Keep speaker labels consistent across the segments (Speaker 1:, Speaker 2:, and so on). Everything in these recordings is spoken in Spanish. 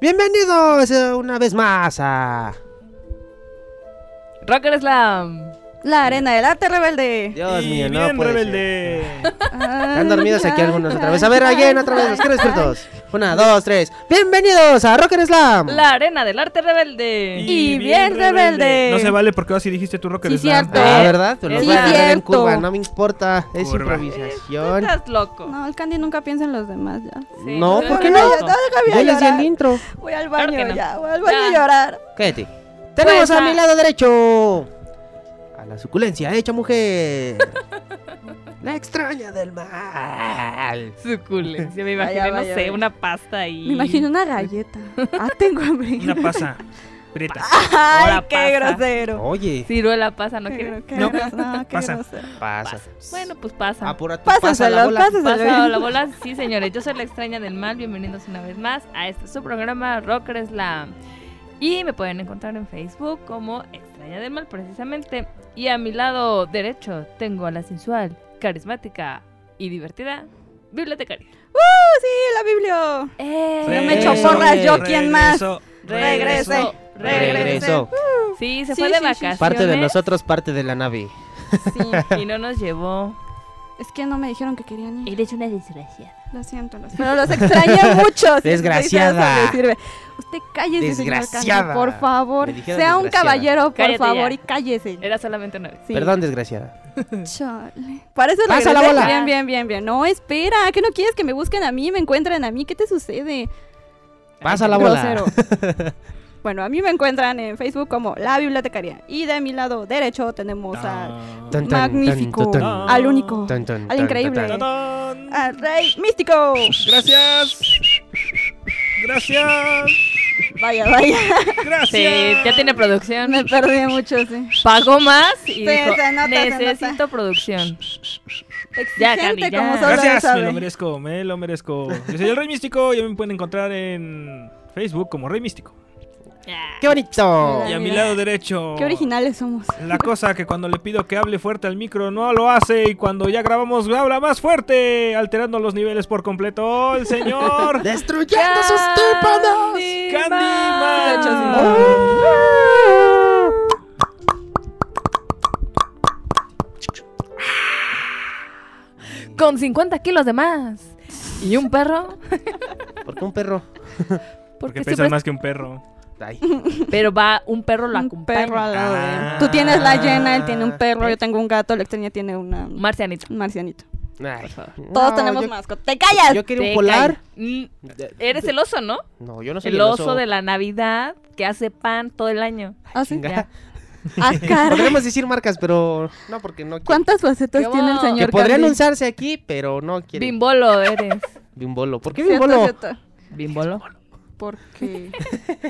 Speaker 1: Bienvenidos eh, una vez más a...
Speaker 2: Rocker Slam.
Speaker 3: La arena del arte rebelde.
Speaker 1: Dios
Speaker 4: Y
Speaker 1: mío, no
Speaker 4: bien
Speaker 1: puede ser.
Speaker 4: rebelde.
Speaker 1: Están dormidos aquí algunos otra vez. A ver, alguien otra vez, los quiero despiertos. Una, dos, tres. Bienvenidos a Rocker Slam.
Speaker 2: La arena del arte rebelde.
Speaker 3: Y bien rebelde.
Speaker 4: No se vale porque así dijiste tú, Rocker
Speaker 3: Sí,
Speaker 4: Slam.
Speaker 3: cierto.
Speaker 1: Ah, ¿verdad? Te los
Speaker 3: Sí,
Speaker 1: voy a poner en
Speaker 3: cierto.
Speaker 1: curva, no me importa. Es
Speaker 4: Curva.
Speaker 1: improvisación.
Speaker 2: Estás loco.
Speaker 3: No, el Candy nunca piensa en los demás ya.
Speaker 2: Sí,
Speaker 1: No,
Speaker 2: no,
Speaker 1: ¿por qué
Speaker 2: no,
Speaker 1: no?
Speaker 2: no,
Speaker 3: no, déjame
Speaker 1: Yo les di
Speaker 3: llorar.
Speaker 1: el intro.
Speaker 3: Voy al
Speaker 2: Claro
Speaker 3: baño
Speaker 2: que no.
Speaker 3: ya, voy al baño
Speaker 2: Ya.
Speaker 3: a llorar.
Speaker 1: Cállate.
Speaker 3: Pues
Speaker 1: Tenemos a
Speaker 2: ah.
Speaker 1: mi lado derecho a la suculencia hecha mujer. la extraña del mal.
Speaker 2: Suculencia, me imaginé,
Speaker 3: Vaya,
Speaker 2: no
Speaker 3: vaya,
Speaker 2: sé,
Speaker 3: vaya.
Speaker 2: una pasta ahí.
Speaker 3: Me imagino una galleta. Ah, tengo hambre.
Speaker 4: Una pasa. Prieta.
Speaker 3: Ay,
Speaker 2: Ahora
Speaker 3: qué
Speaker 2: pasa.
Speaker 3: grosero.
Speaker 1: Oye,
Speaker 2: Ciruela pasa, no
Speaker 3: Qué
Speaker 2: quiere.
Speaker 3: gro- qué
Speaker 4: No.
Speaker 3: grosero. No, qué
Speaker 4: Pasa.
Speaker 3: grosero.
Speaker 1: pasa.
Speaker 2: Bueno, pues pasa.
Speaker 1: Apura tu pasa la
Speaker 3: Pásaselo,
Speaker 1: bola.
Speaker 2: Pasado la
Speaker 3: pásaselo.
Speaker 2: bola, sí señores, yo soy la extraña del mal, bienvenidos una vez más a este su programa Rocker Slam. Y me pueden encontrar en Facebook como extraña del mal precisamente. Y a mi lado derecho tengo a la sensual, carismática y divertida bibliotecaria.
Speaker 3: ¡Uh, sí, la Biblio!
Speaker 2: ¡Eh!
Speaker 3: No me echó porras yo, ¿quién más?
Speaker 4: Regreso,
Speaker 3: Regrese.
Speaker 2: Regreso.
Speaker 1: Regresó.
Speaker 2: Sí, se
Speaker 3: Sí,
Speaker 2: fue de
Speaker 3: sí, sí, sí.
Speaker 2: vacaciones.
Speaker 1: Parte de nosotros, parte de la nave.
Speaker 2: Sí, y no nos llevó.
Speaker 3: Es que no me dijeron que querían ir.
Speaker 2: Eres una desgraciada.
Speaker 3: Lo siento, lo siento. Pero los extrañé mucho. sí,
Speaker 1: Desgraciada.
Speaker 3: sí, sí, me sirve. Usted cállese, señor
Speaker 1: Desgraciada.
Speaker 3: Candy, por favor.
Speaker 1: Me dijeron
Speaker 3: Sea un
Speaker 1: desgraciada.
Speaker 3: caballero, por
Speaker 2: Cállate ya.
Speaker 3: favor, y cállese.
Speaker 2: Era solamente una vez.
Speaker 3: Sí.
Speaker 1: Perdón, desgraciada.
Speaker 3: Chale. Para eso
Speaker 1: Pasa la
Speaker 3: regresé.
Speaker 1: bola.
Speaker 3: Bien, bien, bien, bien. No, espera. ¿Qué no quieres que me busquen a mí, me encuentren a mí? ¿Qué te sucede?
Speaker 1: Pasa la bola.
Speaker 3: Grosero. bueno, a mí me encuentran en Facebook como La Bibliotecaria. Y de mi lado derecho tenemos
Speaker 1: Ah.
Speaker 3: al,
Speaker 1: Tun, tun,
Speaker 3: Magnífico.
Speaker 1: tun, tun,
Speaker 4: Ah.
Speaker 3: al único,
Speaker 1: tun, tun,
Speaker 3: al
Speaker 1: tun,
Speaker 3: increíble,
Speaker 1: tun, tun.
Speaker 4: Tadán.
Speaker 3: al rey místico.
Speaker 4: Gracias. Gracias.
Speaker 3: Vaya, vaya.
Speaker 4: Gracias.
Speaker 2: Sí, ya tiene producción.
Speaker 3: Me perdí mucho, sí.
Speaker 2: Pagó más y
Speaker 3: Sí,
Speaker 2: dijo,
Speaker 3: se nota, se
Speaker 2: necesito producción. Ya, Candy,
Speaker 3: Exigente
Speaker 2: ya.
Speaker 3: como solo él
Speaker 4: Gracias.
Speaker 3: sabe.
Speaker 4: Me lo merezco, me lo merezco. Yo soy el Rey Místico. Ya me pueden encontrar en Facebook como Rey Místico.
Speaker 1: ¡Qué bonito!
Speaker 3: Ay,
Speaker 4: Y a mi
Speaker 3: mira.
Speaker 4: lado derecho.
Speaker 3: Qué originales somos.
Speaker 4: La cosa que cuando le pido que hable fuerte al micro no lo hace y cuando ya grabamos habla más fuerte, alterando los niveles por completo, ¡Oh, el señor
Speaker 5: ¡Destruyendo sus tímpanos!
Speaker 4: Candyman.
Speaker 2: Con 50 kilos de más. ¿Y un perro?
Speaker 1: ¿Por qué un perro?
Speaker 4: Porque
Speaker 2: Porque
Speaker 4: pesa
Speaker 2: siempre...
Speaker 4: más que un perro.
Speaker 1: Ay.
Speaker 2: Pero va, un perro lo
Speaker 3: Un perro
Speaker 2: acompaña.
Speaker 3: al lado de él.
Speaker 4: Ah.
Speaker 3: Tú tienes la llena, él tiene un perro, yo tengo un gato, la extraña tiene una,
Speaker 2: Un
Speaker 3: un
Speaker 2: Marcianito.
Speaker 3: marcianito.
Speaker 1: Ay.
Speaker 3: Todos
Speaker 1: No,
Speaker 3: tenemos
Speaker 1: yo-
Speaker 3: mascotas. ¡Te callas!
Speaker 1: Yo quería
Speaker 2: Te
Speaker 1: un polar.
Speaker 2: callas. Mm, Eres el oso, ¿no?
Speaker 1: No, yo no soy
Speaker 2: El oso de la Navidad que hace pan todo el año.
Speaker 3: Ah, sí.
Speaker 1: Chinga.
Speaker 3: Ah, caray.
Speaker 1: Podremos decir marcas, pero no porque no quiero.
Speaker 3: ¿Cuántas facetas tiene el señor
Speaker 1: Que podría
Speaker 3: Candy?
Speaker 1: anunciarse aquí, pero no quiere.
Speaker 2: Bimbolo eres.
Speaker 1: Bimbolo. ¿Por qué
Speaker 3: Cierto,
Speaker 1: bimbolo?
Speaker 3: cierto.
Speaker 2: ¿Bimbolo?
Speaker 3: Porque,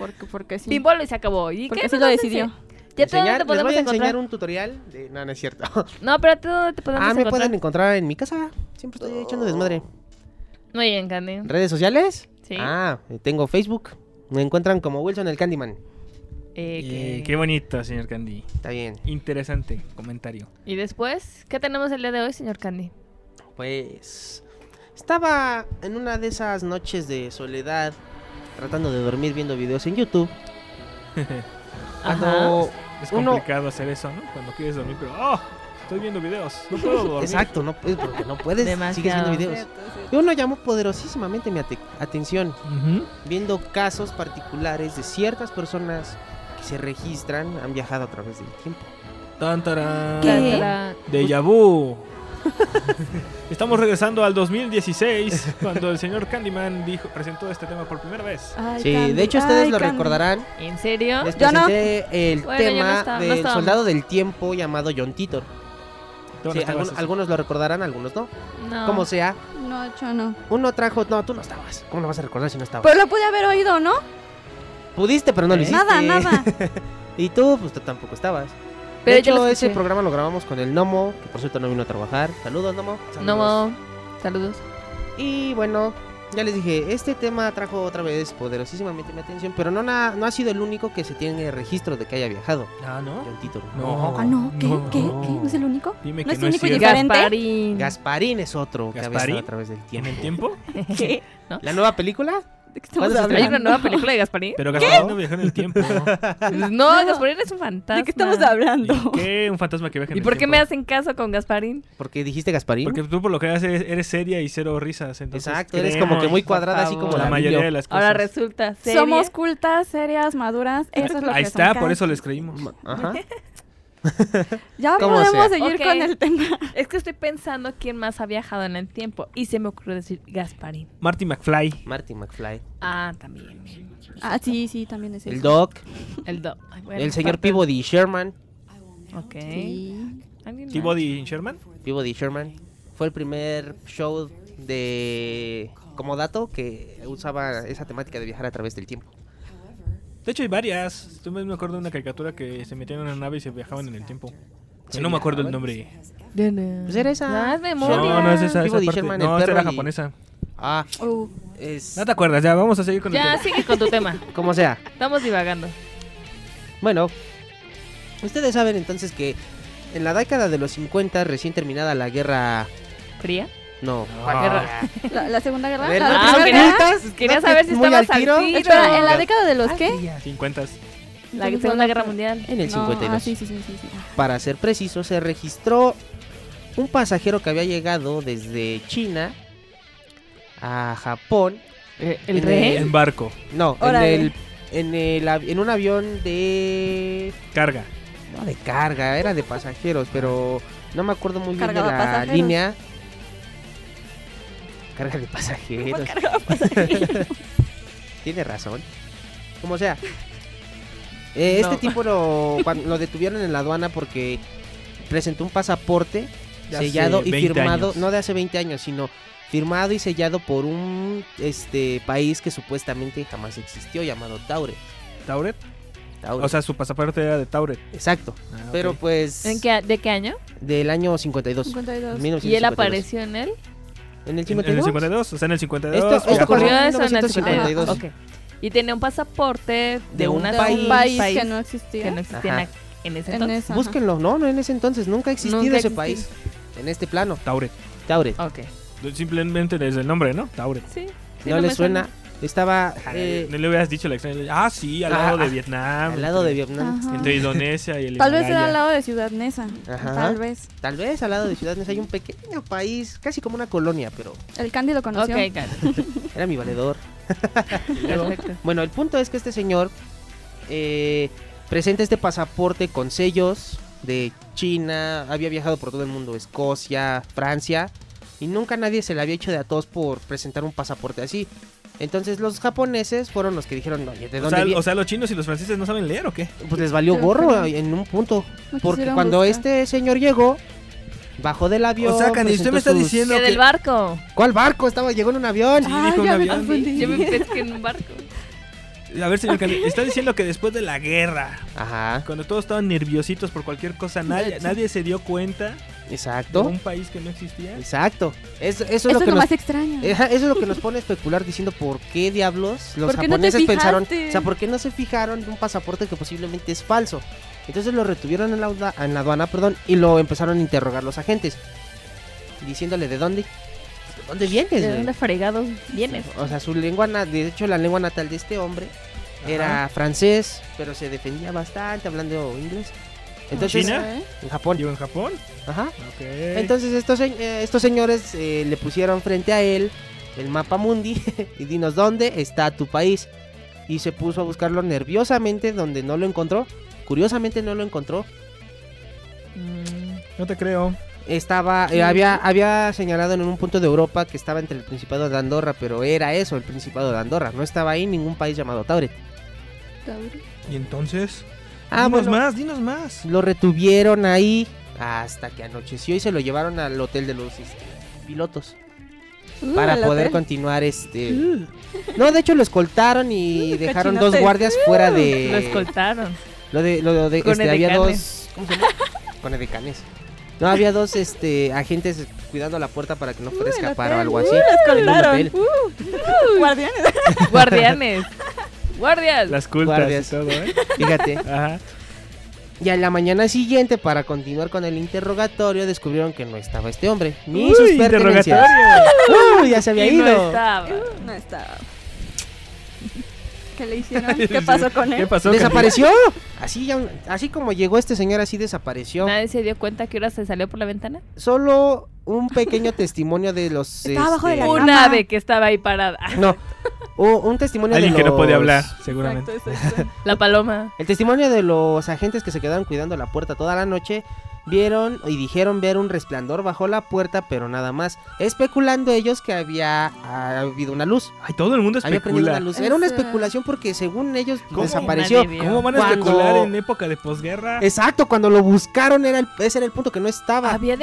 Speaker 3: porque, porque sí.
Speaker 2: Bimbolo y se acabó. ¿Y
Speaker 3: Porque
Speaker 2: qué?
Speaker 3: así lo
Speaker 2: ¿Dónde
Speaker 3: decidió.
Speaker 2: se- ¿Ya tú dónde
Speaker 1: Enseñar-
Speaker 2: te
Speaker 1: les
Speaker 2: podemos
Speaker 1: voy a enseñar
Speaker 2: encontrar?
Speaker 1: un tutorial. de- No, no es cierto.
Speaker 2: No, pero ¿tú dónde te podemos
Speaker 1: Ah, me
Speaker 2: encontrar?
Speaker 1: pueden encontrar en mi casa. Siempre estoy echando desmadre.
Speaker 2: Muy bien, Candy.
Speaker 1: ¿Redes sociales?
Speaker 2: Sí.
Speaker 1: Ah, eh, tengo Facebook. Me encuentran como Wilson el Candyman.
Speaker 2: Eh,
Speaker 4: Eh,
Speaker 2: ¿qué?
Speaker 4: qué bonito, señor Candy.
Speaker 1: Está bien.
Speaker 4: Interesante comentario.
Speaker 2: ¿Y después? ¿Qué tenemos el día de hoy, señor Candy?
Speaker 1: Pues estaba en una de esas noches de soledad tratando de dormir viendo videos en YouTube. Ah, Cuando
Speaker 4: Es
Speaker 1: uno
Speaker 4: complicado hacer eso, ¿no? Cuando quieres dormir, pero ¡oh! Estoy viendo videos. No puedo dormir.
Speaker 1: Exacto, no puedes porque no puedes, sigues
Speaker 2: Demasiado.
Speaker 1: viendo videos. Y uno llamó poderosísimamente mi ate- atención viendo casos particulares de ciertas personas que se registran, han viajado a través del tiempo.
Speaker 4: Tan, tarán.
Speaker 3: ¿Qué?
Speaker 4: Deja vu. Estamos regresando al 2016, cuando el señor Candyman dijo, presentó este tema por primera vez.
Speaker 3: Ay,
Speaker 1: Sí,
Speaker 3: Candy,
Speaker 1: de hecho ustedes
Speaker 3: ay,
Speaker 1: lo
Speaker 3: Candy.
Speaker 1: recordarán.
Speaker 2: ¿En serio?
Speaker 1: Les
Speaker 3: Yo no.
Speaker 1: presenté el
Speaker 2: Bueno, yo no
Speaker 1: tema
Speaker 2: estaba- no
Speaker 1: del
Speaker 2: estábamos.
Speaker 1: soldado del tiempo llamado John Titor.
Speaker 4: Tú no
Speaker 1: Sí,
Speaker 4: estabas
Speaker 1: algun-
Speaker 4: así.
Speaker 1: algunos lo recordarán, algunos no.
Speaker 2: No.
Speaker 1: Como sea,
Speaker 3: No, yo no.
Speaker 1: uno trajo... No, tú no estabas. ¿Cómo lo vas a recordar si no estabas?
Speaker 3: Pero lo pude haber oído, ¿no?
Speaker 1: Pudiste, pero no lo hiciste.
Speaker 3: Nada, nada.
Speaker 1: y tú, pues tú tampoco estabas.
Speaker 2: Pero
Speaker 1: de
Speaker 2: yo
Speaker 1: hecho,
Speaker 2: lo
Speaker 1: ese
Speaker 2: escuché.
Speaker 1: programa lo grabamos con el Nomo, que por cierto no vino a trabajar. Saludos, Nomo.
Speaker 2: No, Mo. saludos.
Speaker 1: Y bueno, ya les dije, este tema trajo otra vez poderosísimamente mi atención, pero no, na- no ha sido el único que se tiene registro de que haya viajado.
Speaker 4: Ah, ¿no?
Speaker 1: John Titor.
Speaker 4: No.
Speaker 3: Ah, no. ¿Qué?
Speaker 4: No.
Speaker 3: ¿Qué? ¿Qué? ¿No es el único?
Speaker 4: Dime
Speaker 3: ¿No
Speaker 4: que
Speaker 3: es
Speaker 4: no es
Speaker 3: único y
Speaker 4: cierto.
Speaker 3: diferente?
Speaker 2: Gasparín.
Speaker 1: Gasparín es otro que ha viajado
Speaker 4: ¿Gasparín?
Speaker 1: a través del
Speaker 4: ¿En
Speaker 1: tiempo.
Speaker 4: el tiempo?
Speaker 3: ¿Qué?
Speaker 1: ¿La nueva película?
Speaker 3: ¿De qué estamos
Speaker 1: ¿Cuándo se
Speaker 3: hablando?
Speaker 1: estrena?
Speaker 2: ¿Hay una nueva película de Gasparín?
Speaker 4: Pero Gasparín no viajó en el tiempo.
Speaker 2: No,
Speaker 3: No.
Speaker 2: Gasparín es un fantasma.
Speaker 3: ¿De qué estamos hablando?
Speaker 4: ¿Y ¿Qué? Un fantasma que viaja en
Speaker 2: ¿Y
Speaker 4: el
Speaker 2: por qué me
Speaker 4: tiempo.
Speaker 2: hacen caso con Gasparín?
Speaker 1: Porque dijiste Gasparín.
Speaker 4: Porque tú por lo que haces eres seria y cero risas. Entonces
Speaker 1: Exacto, eres como que muy
Speaker 4: creemos
Speaker 1: cuadrada, así como
Speaker 4: la,
Speaker 1: la
Speaker 4: mayoría
Speaker 1: Emilio.
Speaker 4: de las cosas.
Speaker 2: Ahora resulta seria.
Speaker 3: Somos cultas, serias, maduras. Eso es lo que
Speaker 4: Ahí
Speaker 3: son,
Speaker 4: está, por
Speaker 3: Candy.
Speaker 4: eso les creímos.
Speaker 1: Ajá.
Speaker 3: Ya
Speaker 1: ¿Cómo
Speaker 3: podemos
Speaker 1: sea?
Speaker 3: seguir
Speaker 2: Ok.
Speaker 3: con el tema.
Speaker 2: Es que estoy pensando quién más ha viajado en el tiempo y se me ocurrió decir Gasparín.
Speaker 4: Marty McFly.
Speaker 1: Marty McFly.
Speaker 2: Ah, también.
Speaker 3: Ah, sí, sí, también es
Speaker 1: El
Speaker 3: eso.
Speaker 1: Doc.
Speaker 2: El do. Ay, bueno,
Speaker 1: el señor
Speaker 2: aparte-
Speaker 1: Peabody Sherman.
Speaker 2: Ok.
Speaker 3: Sí.
Speaker 2: ¿Alguien más?
Speaker 4: T-Body Sherman.
Speaker 1: Peabody Sherman. Fue el primer show de. Como dato que usaba esa temática de viajar a través del tiempo.
Speaker 4: De hecho, hay varias. Yo me acuerdo de una caricatura que se metían en una nave y se viajaban en el tiempo.
Speaker 1: ¿Se
Speaker 4: no me acuerdo el
Speaker 1: viajaban?
Speaker 4: nombre.
Speaker 1: Ah, Pues era esa.
Speaker 2: Más Ah, memoria.
Speaker 4: No, no es esa. esa
Speaker 1: Peabody
Speaker 4: parte.
Speaker 1: Sherman, el
Speaker 4: No, esa
Speaker 1: perro
Speaker 4: era
Speaker 1: y-
Speaker 4: japonesa.
Speaker 1: Ah,
Speaker 3: Uh,
Speaker 1: es.
Speaker 4: No te acuerdas, ya vamos a seguir con el
Speaker 2: Ya,
Speaker 4: tema.
Speaker 2: sigue con tu tema.
Speaker 1: Como sea.
Speaker 2: Estamos divagando.
Speaker 1: Bueno, ustedes saben entonces que en la década de los 50, recién terminada la guerra.
Speaker 2: ¿Fría?
Speaker 1: No.
Speaker 4: Ah.
Speaker 2: guerra?
Speaker 3: la, la segunda guerra?
Speaker 1: A ver,
Speaker 3: ¿La
Speaker 1: no te
Speaker 3: primera
Speaker 2: Ah,
Speaker 3: guerra?
Speaker 2: ok.
Speaker 1: preguntas,
Speaker 2: Quería
Speaker 1: no te-
Speaker 2: saber si
Speaker 1: muy
Speaker 2: estabas
Speaker 1: al tiro.
Speaker 2: tiro.
Speaker 3: Espera, ¿en la
Speaker 1: Ya.
Speaker 3: década de los qué?
Speaker 4: 50.
Speaker 1: ¿Eh?
Speaker 2: La Segunda Guerra Mundial.
Speaker 1: En el
Speaker 3: No,
Speaker 1: 52.
Speaker 3: ah, sí, sí, sí, sí, sí.
Speaker 1: Para ser preciso, se registró un pasajero que había llegado desde China a Japón.
Speaker 2: ¿El
Speaker 1: en
Speaker 2: rey?
Speaker 4: En barco,
Speaker 1: No, en,
Speaker 3: Órale.
Speaker 1: el, en, el av- en un avión de...
Speaker 4: carga.
Speaker 1: No de carga, era de pasajeros, pero no me acuerdo muy bien de la
Speaker 3: Cargaba pasajeros.
Speaker 1: línea. Carga de pasajeros. Tiene razón. Como sea. Eh,
Speaker 2: No.
Speaker 1: Este tipo lo, cuan- lo detuvieron en la aduana porque presentó un pasaporte
Speaker 4: De hace
Speaker 1: sellado y
Speaker 4: 20
Speaker 1: firmado,
Speaker 4: años.
Speaker 1: no de hace 20 años, sino firmado y sellado por un este país que supuestamente jamás existió, llamado Taure.
Speaker 4: ¿Tauret?
Speaker 1: Taure.
Speaker 4: O sea, su pasaporte era de Tauret.
Speaker 1: Exacto.
Speaker 4: Ah,
Speaker 1: Pero
Speaker 4: ok.
Speaker 1: pues
Speaker 2: ¿En qué- ¿De qué año?
Speaker 1: del año 52.
Speaker 3: 52.
Speaker 1: 1952.
Speaker 2: Y él apareció en él.
Speaker 1: en el
Speaker 4: ¿En, en el
Speaker 1: 52.
Speaker 4: 52, o sea, en el 52.
Speaker 1: Esto- esto
Speaker 4: viajó-
Speaker 1: ocurrió-
Speaker 2: Ocurrió eso en el
Speaker 1: 1952.
Speaker 2: 52. Ok. Y tenía un pasaporte de,
Speaker 1: De un
Speaker 2: una
Speaker 3: De
Speaker 1: país-
Speaker 3: un país,
Speaker 2: país
Speaker 3: que no existía.
Speaker 2: que no existía en,
Speaker 1: Ajá.
Speaker 2: en ese
Speaker 3: En
Speaker 2: entonces.
Speaker 3: esa, ajá.
Speaker 1: Búsquenlo, no, no en ese entonces nunca ha existido
Speaker 2: Nunca
Speaker 1: ese
Speaker 2: existió.
Speaker 1: país en este plano,
Speaker 4: Tauret.
Speaker 1: Taure.
Speaker 2: Ok.
Speaker 4: Simplemente desde el nombre, ¿no? Tauret.
Speaker 2: Sí. sí,
Speaker 1: no,
Speaker 2: me
Speaker 1: le suena. Estaba eh,
Speaker 4: Eh, no le hubieras dicho la extraña. Ah, sí, al lado
Speaker 1: Ah,
Speaker 4: de Vietnam.
Speaker 1: al lado de
Speaker 4: entre-
Speaker 1: Vietnam.
Speaker 3: Ajá.
Speaker 4: Entre Indonesia y el
Speaker 3: Tal vez era
Speaker 4: Himalaya.
Speaker 3: al lado de Ciudad Nesa.
Speaker 1: Ajá.
Speaker 3: Tal vez.
Speaker 1: Tal vez al lado de Ciudad Neza hay un pequeño país, casi como una colonia, pero
Speaker 3: El Candy lo
Speaker 2: suena.
Speaker 3: conoció.
Speaker 2: Ok, claro.
Speaker 1: era mi valedor.
Speaker 2: Perfecto.
Speaker 1: Bueno, el punto es que este señor eh, presenta este pasaporte con sellos de China, había viajado por todo el mundo, Escocia, Francia, y nunca nadie se le había hecho de a tos por presentar un pasaporte así. Entonces los japoneses fueron los que dijeron, oye, ¿de
Speaker 4: O
Speaker 1: dónde
Speaker 4: sea,
Speaker 1: viene?
Speaker 4: o sea, los chinos y los franceses no saben leer o qué?
Speaker 1: Pues les valió gorro en un punto.
Speaker 4: No
Speaker 1: Porque
Speaker 4: quisieron
Speaker 1: cuando
Speaker 4: buscar.
Speaker 1: este señor llegó, bajó del avión.
Speaker 4: O sea, Candy,
Speaker 1: presentó
Speaker 4: usted me está
Speaker 1: sus-
Speaker 4: diciendo Que
Speaker 2: del barco.
Speaker 1: ¿Cuál barco? Estaba, llegó en un avión.
Speaker 2: Ah, ya me confundí. Yo me pesqué en un barco.
Speaker 4: A ver, señor Candy, está diciendo que después de la guerra,
Speaker 1: Ajá.
Speaker 4: cuando todos estaban nerviositos por cualquier cosa, nadie,
Speaker 1: hecho.
Speaker 4: nadie se dio cuenta de
Speaker 1: Exacto.
Speaker 4: un país que no existía.
Speaker 1: Exacto. Es- eso es
Speaker 3: Eso
Speaker 1: lo
Speaker 3: es
Speaker 1: que
Speaker 3: lo
Speaker 1: nos-
Speaker 3: más extraño.
Speaker 1: Ajá, Eso es lo que nos pone a especular diciendo por qué diablos los
Speaker 3: ¿Por qué no te
Speaker 1: japoneses pensaron,
Speaker 3: fijaste?
Speaker 1: o sea, por qué no se fijaron en un pasaporte que posiblemente es falso. Entonces lo retuvieron en la, auda- en la aduana, perdón, y lo empezaron a interrogar los agentes, diciéndole de dónde, de dónde vienes,
Speaker 2: ¿De
Speaker 1: güey?"
Speaker 2: dónde fregados vienes?
Speaker 1: O sea, su lengua, na- de hecho, la lengua natal de este hombre era francés, pero se defendía bastante hablando inglés. Entonces,
Speaker 4: China?
Speaker 1: En Japón.
Speaker 4: ¿Yo en Japón?
Speaker 1: Ajá.
Speaker 4: Ok.
Speaker 1: Entonces estos, se- eh, estos señores eh, le pusieron frente a él el mapa mundi y dinos dónde está tu país. Y se puso a buscarlo nerviosamente donde no lo encontró. Curiosamente no lo encontró.
Speaker 2: Mm,
Speaker 4: No te creo.
Speaker 1: Estaba, eh, había, había señalado en un punto de Europa que estaba entre el Principado de Andorra, pero era eso, el Principado de Andorra. No estaba ahí ningún país llamado Tauret.
Speaker 4: ¿Y entonces?
Speaker 1: Ah,
Speaker 4: dinos
Speaker 1: bueno.
Speaker 4: más, dinos más.
Speaker 1: Lo retuvieron ahí hasta que anocheció y se lo llevaron al hotel de los este, pilotos.
Speaker 3: Uh,
Speaker 1: para
Speaker 3: al
Speaker 1: poder
Speaker 3: hotel.
Speaker 1: continuar este... No, de hecho lo escoltaron y dejaron dos guardias fuera de...
Speaker 2: Lo escoltaron.
Speaker 1: Lo de... Lo de
Speaker 2: Con
Speaker 1: este,
Speaker 2: el de
Speaker 1: había
Speaker 2: carne.
Speaker 1: dos... ¿Cómo se llama? Con edecanes. No, había dos este, agentes cuidando la puerta para que no fuera a escapar o algo así.
Speaker 3: Uh, lo escoltaron.
Speaker 1: El hotel.
Speaker 3: Uh, guardianes.
Speaker 2: Guardianes. Guardias.
Speaker 4: Las cultas
Speaker 1: Guardias.
Speaker 4: y todo, ¿eh?
Speaker 1: Fíjate.
Speaker 4: Ajá.
Speaker 1: Y a la mañana siguiente, para continuar con el interrogatorio, descubrieron que no estaba este hombre. Ni
Speaker 4: Uy,
Speaker 1: sus pertenencias.
Speaker 4: interrogatorio.
Speaker 1: Uh, ya se había
Speaker 2: Y
Speaker 1: ido.
Speaker 2: no estaba.
Speaker 3: No estaba. ¿Qué le hicieron? ¿Qué pasó con él?
Speaker 4: ¿Qué pasó?
Speaker 1: desapareció. Así, ya- así como llegó este señor, así desapareció.
Speaker 2: Nadie se dio cuenta que ahora se salió por la ventana.
Speaker 1: Solo un pequeño testimonio de los.
Speaker 3: Estaba abajo de la
Speaker 1: este,
Speaker 3: cama.
Speaker 2: Un
Speaker 3: Mamá.
Speaker 2: ave que estaba ahí parada. Ah,
Speaker 1: No, u- un testimonio
Speaker 4: Alguien
Speaker 1: de
Speaker 4: que
Speaker 1: los.
Speaker 4: no podía hablar, seguramente.
Speaker 2: La paloma.
Speaker 1: El testimonio de los agentes que se quedaron cuidando la puerta toda la noche vieron y dijeron ver un resplandor bajo la puerta, pero nada más, especulando ellos que había ah, habido una luz.
Speaker 4: Ay, todo el mundo
Speaker 1: Había prendido
Speaker 4: especula.
Speaker 1: una luz. Era una
Speaker 3: Esa.
Speaker 1: especulación porque según ellos
Speaker 4: ¿Cómo?
Speaker 1: desapareció.
Speaker 2: Nadie vio.
Speaker 4: ¿Cómo van a
Speaker 1: Cuando-
Speaker 4: especular en época de posguerra?
Speaker 1: Exacto, cuando lo buscaron era el- ese era el punto que no estaba
Speaker 2: Había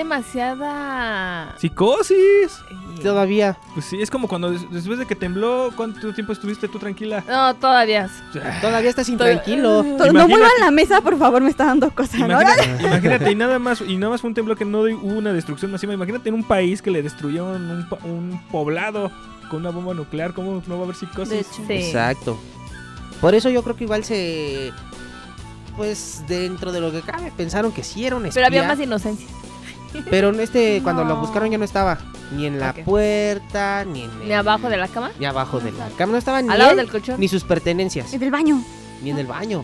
Speaker 2: demasiada. eh,
Speaker 4: Psicosis.
Speaker 3: Ah,
Speaker 1: todavía.
Speaker 4: Pues sí, es como cuando des- después de que tembló, ¿cuánto tiempo estuviste tú tranquila?
Speaker 2: No, todavía.
Speaker 1: Todavía estás
Speaker 2: Todavía-
Speaker 1: intranquilo.
Speaker 3: To-
Speaker 4: Imagina-
Speaker 3: No vuelvan la mesa, por favor, me está dando cosas. Ah, ¿no?
Speaker 4: Imagínate, imagínate, y nada más, y nada más fue un temblor que no dio- hubo una destrucción masiva. Imagínate en un país que le destruyeron un, po- un poblado con una bomba nuclear, ¿cómo no va a haber
Speaker 3: De
Speaker 4: psicosis?
Speaker 3: hecho.
Speaker 2: Sí.
Speaker 1: Exacto. Por eso yo creo que igual se pues dentro de lo que cabe pensaron que sí era un espía.
Speaker 2: Pero había más inocencia.
Speaker 1: Pero no este, cuando lo
Speaker 3: No.
Speaker 1: buscaron ya no estaba. Ni en la
Speaker 2: Ok.
Speaker 1: puerta, ni en el-
Speaker 2: Ni abajo de la cama.
Speaker 1: ni abajo de la cama. No estaba ni,
Speaker 2: Al lado
Speaker 1: él,
Speaker 2: del colchón.
Speaker 1: ni sus pertenencias,
Speaker 3: Y del baño.
Speaker 1: ni en el baño.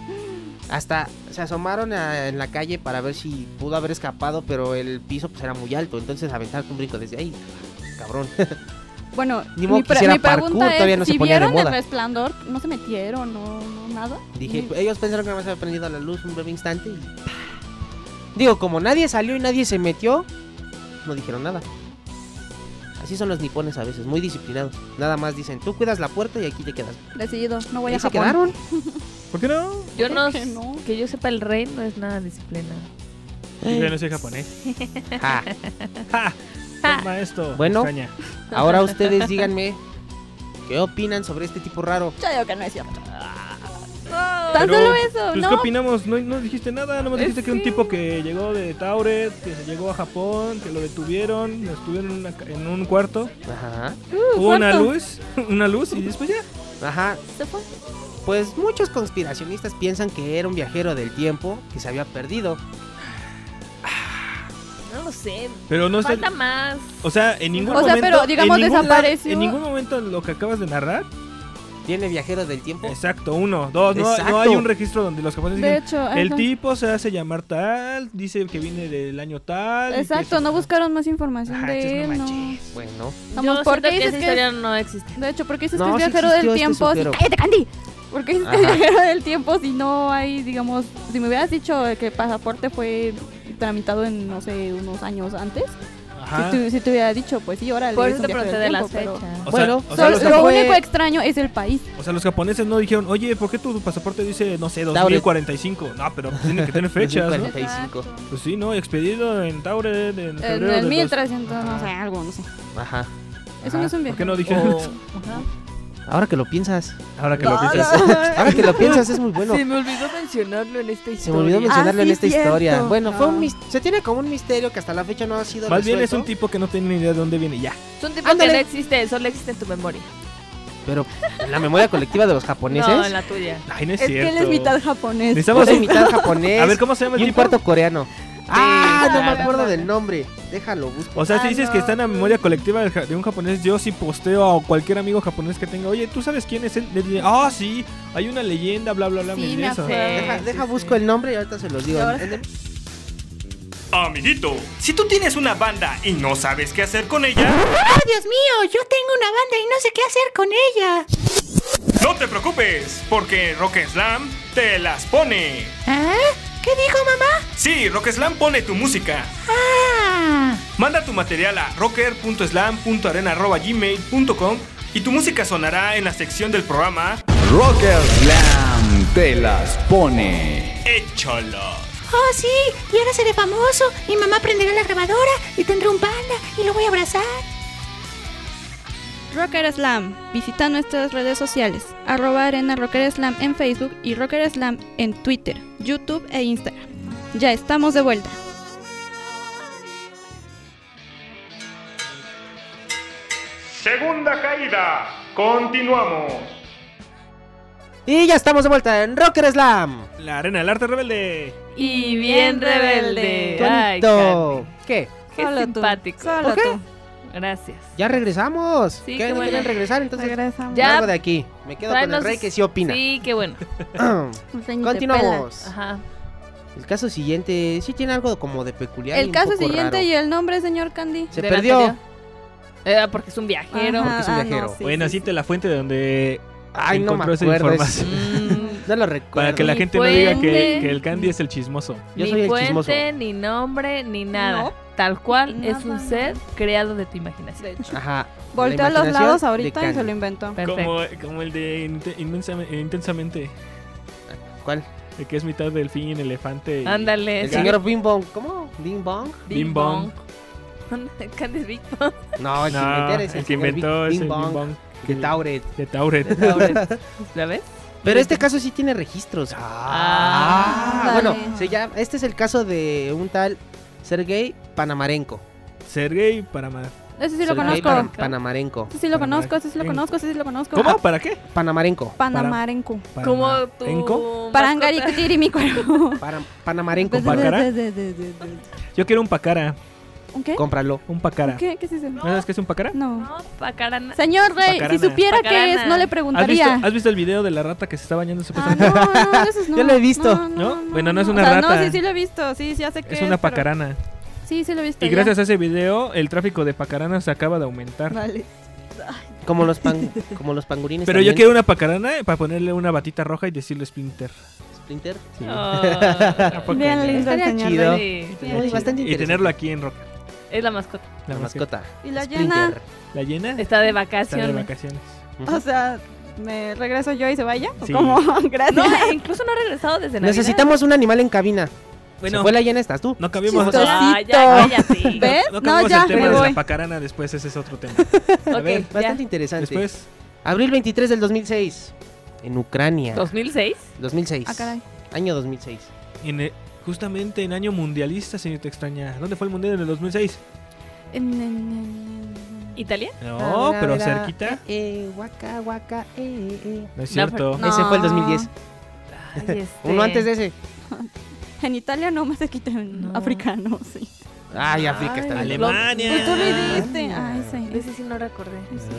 Speaker 1: Hasta se asomaron a- en la calle para ver si pudo haber escapado, pero el piso pues era muy alto. Entonces aventarte un brinco desde ahí, cabrón.
Speaker 3: Bueno,
Speaker 1: Ni modo
Speaker 3: mi,
Speaker 1: que
Speaker 3: pre-
Speaker 1: hiciera
Speaker 3: mi
Speaker 1: parkour,
Speaker 3: pregunta
Speaker 1: todavía
Speaker 3: es,
Speaker 1: no se
Speaker 3: si
Speaker 1: ponía de
Speaker 3: vieron
Speaker 1: moda.
Speaker 3: el resplandor, no se metieron, no, no nada.
Speaker 1: Dije, "Pues,
Speaker 3: Ni-
Speaker 1: ellos pensaron que nada más había prendido la luz un breve instante y ¡pah! Digo, como nadie salió y nadie se metió, no dijeron nada. Así son los nipones a veces, muy disciplinados. Nada más dicen, tú cuidas la puerta y aquí te quedas.
Speaker 3: decidido, no voy
Speaker 1: Ahí
Speaker 3: a
Speaker 1: se
Speaker 3: Japón.
Speaker 1: quedaron.
Speaker 4: ¿Por qué no?
Speaker 2: Yo no,
Speaker 3: que no.
Speaker 2: Que yo sepa, el rey no es nada disciplina.
Speaker 4: Yo
Speaker 2: Eh.
Speaker 4: ya no soy japonés.
Speaker 1: Ah,
Speaker 4: ¡Ja! Toma esto.
Speaker 1: Bueno.
Speaker 4: extraña.
Speaker 1: ahora ustedes díganme, ¿qué opinan sobre este tipo raro?
Speaker 3: Yo digo que no es cierto.
Speaker 2: Tan
Speaker 4: Pero,
Speaker 2: solo eso,
Speaker 4: pues,
Speaker 2: ¿no?
Speaker 4: ¿Qué opinamos? No, no dijiste nada, nomás
Speaker 2: Eh,
Speaker 4: dijiste que era un
Speaker 2: sí.
Speaker 4: tipo que llegó de Tauret, que se llegó a Japón, que lo detuvieron, lo estuvieron en, una ca- en un cuarto,
Speaker 1: Ajá,
Speaker 4: hubo una
Speaker 2: Uh, cuarto.
Speaker 4: luz, una luz y después ya.
Speaker 1: ajá.
Speaker 2: Se fue.
Speaker 1: Pues muchos conspiracionistas piensan que era un viajero del tiempo que se había perdido.
Speaker 2: No lo sé.
Speaker 4: Pero no sé,
Speaker 2: Falta más.
Speaker 4: o sea, en ningún
Speaker 3: O sea,
Speaker 4: momento...
Speaker 3: pero,
Speaker 4: en
Speaker 3: digamos,
Speaker 4: ningún lado-
Speaker 3: desapareció.
Speaker 4: En ningún momento lo que acabas de narrar,
Speaker 1: ¿Tiene viajero del tiempo?
Speaker 4: exacto, uno, dos, no, no
Speaker 1: Exacto.
Speaker 4: hay un registro donde los japoneses
Speaker 3: De
Speaker 4: dicen,
Speaker 3: hecho,
Speaker 4: el
Speaker 3: ajá.
Speaker 4: tipo se hace llamar tal, dice que viene del año tal. y que
Speaker 3: exacto,
Speaker 4: es-
Speaker 3: no buscaron más información
Speaker 4: Ah,
Speaker 3: de
Speaker 4: entonces
Speaker 3: él.
Speaker 4: no
Speaker 3: No
Speaker 4: manches.
Speaker 1: Bueno,
Speaker 3: Vamos,
Speaker 2: Yo
Speaker 3: ¿por
Speaker 2: siento
Speaker 3: qué
Speaker 2: que
Speaker 3: dices
Speaker 2: esa
Speaker 3: que
Speaker 2: historia no existe.
Speaker 3: De hecho, ¿por qué dices
Speaker 1: No,
Speaker 3: que es
Speaker 1: sí
Speaker 3: viajero
Speaker 1: existió
Speaker 3: del
Speaker 1: este
Speaker 3: tiempo? si-
Speaker 1: sujeto.
Speaker 3: ¡Cállate, Candy! ¿Por qué dices que es
Speaker 1: Ajá.
Speaker 3: viajero del tiempo si no hay, digamos, si me hubieras dicho que el pasaporte fue tramitado en, no sé, unos años antes?
Speaker 4: Ah.
Speaker 3: Si, tu- si te hubiera dicho, pues sí, órale.
Speaker 2: Por
Speaker 3: es
Speaker 2: eso
Speaker 3: un
Speaker 2: te
Speaker 3: viaje del
Speaker 2: procede las
Speaker 3: tiempo, pero-
Speaker 2: fechas.
Speaker 4: O sea,
Speaker 3: Bueno,
Speaker 4: o sea,
Speaker 3: solo-
Speaker 4: los que
Speaker 3: lo
Speaker 4: fue-
Speaker 3: único extraño es el país. eh,
Speaker 4: O sea, los japoneses no dijeron, oye, ¿por qué tu pasaporte dice, no sé, 2045? No, pero pues tiene que tener fechas, ¿no?
Speaker 1: 2045.
Speaker 4: Pues sí, ¿no? Expedido en Taure en
Speaker 3: En
Speaker 4: febrero
Speaker 3: el
Speaker 4: de
Speaker 3: 1300, no sé, algo, no sé.
Speaker 1: Dos... Ajá.
Speaker 3: Eso
Speaker 1: Ajá.
Speaker 3: no es un viaje.
Speaker 4: ¿Por qué no dijeron
Speaker 3: O-
Speaker 4: eso?
Speaker 2: Ajá.
Speaker 1: Ahora que lo piensas.
Speaker 4: Oh. Ahora que lo
Speaker 1: Ahora-
Speaker 4: piensas.
Speaker 1: Ahora que lo piensas es muy bueno.
Speaker 2: Se me olvidó mencionarlo en esta historia.
Speaker 1: Se me olvidó mencionarlo
Speaker 2: Ah, sí,
Speaker 1: en esta
Speaker 2: cierto.
Speaker 1: historia. Bueno, fue un
Speaker 2: Ah.
Speaker 1: mis- se tiene como un misterio que hasta la fecha no ha sido
Speaker 4: Más bien es un
Speaker 1: resuelto,
Speaker 4: tipo que no tiene ni idea de dónde viene ya.
Speaker 2: Ah, Es un tipo
Speaker 1: Ándale.
Speaker 2: que no existe, solo existe en tu memoria.
Speaker 1: Pero en la memoria colectiva de los japoneses.
Speaker 2: No, en la tuya.
Speaker 4: Ay, no es,
Speaker 3: Es que
Speaker 4: cierto.
Speaker 3: él es mitad japonés.
Speaker 4: Necesitamos
Speaker 1: Yo soy
Speaker 4: un-
Speaker 1: mitad japonés.
Speaker 4: A ver, ¿cómo se llama
Speaker 1: y
Speaker 4: el
Speaker 1: un
Speaker 4: tipo?
Speaker 1: cuarto coreano. Ah, no me
Speaker 2: claro.
Speaker 1: acuerdo del nombre. Déjalo, busco.
Speaker 4: O sea, si
Speaker 1: Ah,
Speaker 4: dices
Speaker 1: no.
Speaker 4: que está en la memoria colectiva del ja- de un japonés, yo si posteo a cualquier amigo japonés que tenga, oye, ¿tú sabes quién es él? Le diré, ah, sí, hay una leyenda, bla, bla, bla,
Speaker 1: Sí,
Speaker 4: me
Speaker 1: me
Speaker 4: interesa".
Speaker 1: Deja, deja, busco el nombre y ahorita se los digo. En-
Speaker 6: Amiguito, si tú tienes una banda y no sabes qué hacer con ella,
Speaker 7: ¡Ah, Dios mío! Yo tengo una banda y no sé qué hacer con ella.
Speaker 6: no te preocupes, porque Rock Slam te las pone.
Speaker 7: ¿Ah? ¿Qué dijo mamá?
Speaker 6: Sí, Rock Slam pone tu música.
Speaker 7: Ah.
Speaker 6: Manda tu material a rocker.slam.arena.gmail.com y tu música sonará en la sección del programa
Speaker 8: Rocker Slam te las pone.
Speaker 6: Échalo.
Speaker 3: Ah,
Speaker 7: Oh, sí. Y ahora seré famoso. Y mamá prenderá la grabadora y tendré un panda y lo voy a abrazar.
Speaker 3: Rocker Slam. Visita nuestras redes sociales. Arroba Arena Rocker Slam en Facebook y Rocker Slam en Twitter, YouTube e Instagram. Ya estamos de vuelta.
Speaker 6: Segunda caída. Continuamos.
Speaker 1: Y ya estamos de vuelta en Rocker Slam.
Speaker 4: La arena del arte rebelde.
Speaker 2: Y bien rebelde. Ay,
Speaker 1: Tonto. ¿Qué?
Speaker 2: Qué
Speaker 3: Solo tú,
Speaker 2: simpático.
Speaker 3: solo ¿Por qué? tú.
Speaker 2: Gracias.
Speaker 1: Ya regresamos.
Speaker 2: Sí,
Speaker 1: ¿Qué?
Speaker 2: qué
Speaker 1: ¿No
Speaker 2: bueno.
Speaker 1: quieren regresar? Entonces,
Speaker 3: Regresamos.
Speaker 2: Ya.
Speaker 1: largo de aquí. Me quedo con el
Speaker 2: Tráenos-
Speaker 1: rey que sí opina.
Speaker 2: Sí, qué bueno.
Speaker 1: Continuamos.
Speaker 2: Ajá.
Speaker 1: El caso siguiente sí tiene algo como de peculiar. y
Speaker 3: El
Speaker 1: un
Speaker 3: caso
Speaker 1: poco
Speaker 3: siguiente
Speaker 1: raro.
Speaker 3: y el nombre, señor Candy.
Speaker 1: Se perdió.
Speaker 2: Eh, porque es un viajero.
Speaker 1: Porque
Speaker 3: Ah,
Speaker 1: es un viajero.
Speaker 4: bueno, así te la fuente de donde
Speaker 1: Ay, no me
Speaker 4: encontró esa
Speaker 1: acuerdo eso.
Speaker 4: información.
Speaker 1: No lo recuerdo.
Speaker 4: Para que la
Speaker 2: Mi
Speaker 4: gente no diga que,
Speaker 2: fuente.
Speaker 4: que el Candy es el chismoso.
Speaker 1: Ah,
Speaker 2: ni fuente, ni nombre, ni nada.
Speaker 3: No.
Speaker 2: Tal cual es un
Speaker 3: Nada.
Speaker 2: ser creado de tu imaginación.
Speaker 1: Ajá.
Speaker 3: Volteó a los lados ahorita y se lo inventó.
Speaker 4: Como, como el de Inte- Inmensame- eh, Intensamente.
Speaker 1: ¿Cuál?
Speaker 4: El que es mitad delfín, elefante. y-
Speaker 2: Ándale,
Speaker 1: El
Speaker 2: sí.
Speaker 1: señor Bing Bong. ¿Cómo? ¿Bing Bong?
Speaker 4: Bing Bong.
Speaker 2: Candy Big Bong.
Speaker 1: No, el que
Speaker 4: No,
Speaker 1: inventó es el,
Speaker 4: el que
Speaker 1: señor
Speaker 4: inventó
Speaker 1: Bing
Speaker 4: es el Bing
Speaker 1: Bong.
Speaker 4: Bong.
Speaker 1: De Tauret.
Speaker 4: De Tauret.
Speaker 2: ¿La ves?
Speaker 1: Pero este caso sí tiene registros. Ah,
Speaker 2: Ándale.
Speaker 1: bueno, se llama- este es el caso de un tal Sergei Panamarenko.
Speaker 4: Sergei Panamarenko.
Speaker 3: Ese sí lo
Speaker 1: Sergei
Speaker 3: conozco.
Speaker 1: Pan- Panamarenko.
Speaker 3: Ese sí lo conozco, ese sí lo conozco, ese sí lo conozco.
Speaker 4: ¿Cómo? ¿Para qué?
Speaker 1: Panamarenko.
Speaker 3: Panamarenco.
Speaker 1: ¿Cómo
Speaker 2: tu
Speaker 4: ¿Enco?
Speaker 3: Parangari Kitiri mi cuero.
Speaker 1: Para- Panamarenko.
Speaker 4: ¿Pacara? Yo quiero un pacara.
Speaker 3: ¿Un qué?
Speaker 1: Cómpralo.
Speaker 4: Un pacara.
Speaker 3: ¿Qué? ¿Qué es eso?
Speaker 4: ¿No sabes qué es un pacara?
Speaker 3: No.
Speaker 2: Pacarana.
Speaker 3: Señor Rey, si
Speaker 4: Pacarana.
Speaker 3: supiera qué
Speaker 2: Pacarana.
Speaker 3: es, no le
Speaker 4: ¿Has visto,
Speaker 3: preguntaría.
Speaker 4: has visto el video de la rata que se está bañando
Speaker 3: supuestamente? no, no, de esos no.
Speaker 1: Yo lo he visto.
Speaker 3: No, no, no,
Speaker 4: bueno, no es
Speaker 3: no.
Speaker 4: una
Speaker 3: O sea,
Speaker 4: rata.
Speaker 3: No, sí, sí lo he visto. Sí, sí, ya sé que
Speaker 4: es una pacarana.
Speaker 3: Sí, sí lo he visto.
Speaker 4: Y
Speaker 3: ya.
Speaker 4: gracias a ese video, el tráfico de pacaranas se acaba de aumentar.
Speaker 3: Vale.
Speaker 1: Como los, pan- como los pangurines.
Speaker 4: Pero yo
Speaker 1: también.
Speaker 4: quiero una pacarana para ponerle una batita roja y decirle Splinter.
Speaker 1: Splinter.
Speaker 4: Sí.
Speaker 2: Ah.
Speaker 4: ¿A poco
Speaker 3: Bien
Speaker 4: no?
Speaker 3: lindo el Estaría señor chido. Rey.
Speaker 4: Estaría
Speaker 3: Bien
Speaker 4: chido.
Speaker 3: lindo. Bastante
Speaker 4: Y tenerlo aquí en Roca.
Speaker 2: Es la mascota.
Speaker 4: La, mascota.
Speaker 3: Y la
Speaker 4: Splinter.
Speaker 3: llena.
Speaker 4: ¿La llena?
Speaker 2: Está de
Speaker 4: Está
Speaker 2: vacaciones.
Speaker 4: de vacaciones.
Speaker 3: O sea, ¿me regreso yo y se vaya? ¿O
Speaker 4: Sí.
Speaker 3: cómo? gracias.
Speaker 2: No, incluso no ha regresado desde Navidad.
Speaker 1: Necesitamos un animal en cabina.
Speaker 4: Bueno.
Speaker 1: Bueno. fue la llena, estás tú.
Speaker 4: No cambiemos,
Speaker 1: Chistosito.
Speaker 2: Ah, ya, cállate.
Speaker 3: ¿Ves?
Speaker 4: no
Speaker 3: ¿Eh? No,
Speaker 4: cambiemos
Speaker 3: ya,
Speaker 4: el tema
Speaker 3: me
Speaker 4: de
Speaker 3: voy.
Speaker 4: la pacarana después, ese es otro tema.
Speaker 1: A ver,
Speaker 2: ya.
Speaker 1: bastante interesante.
Speaker 4: Después.
Speaker 1: Abril 23 del 2006. En Ucrania.
Speaker 2: ¿2006?
Speaker 1: 2006.
Speaker 2: Ah, caray.
Speaker 1: Año 2006.
Speaker 4: En, eh, justamente en año mundialista, señor te extraña. ¿Dónde fue el mundial en el 2006?
Speaker 3: En- en- en-
Speaker 2: ¿Italia?
Speaker 4: No, pero cerquita.
Speaker 1: Eh, guaca, guaca, eh, eh.
Speaker 4: No es cierto.
Speaker 1: Ese fue el 2010.
Speaker 3: Ay, este.
Speaker 1: Uno antes de ese.
Speaker 3: En Italia no me se quitan africanos, sí.
Speaker 1: Ay, África está bien.
Speaker 4: Alemania.
Speaker 3: Pues tú lo dijiste. Ay, sí.
Speaker 2: Ese sí no recordé.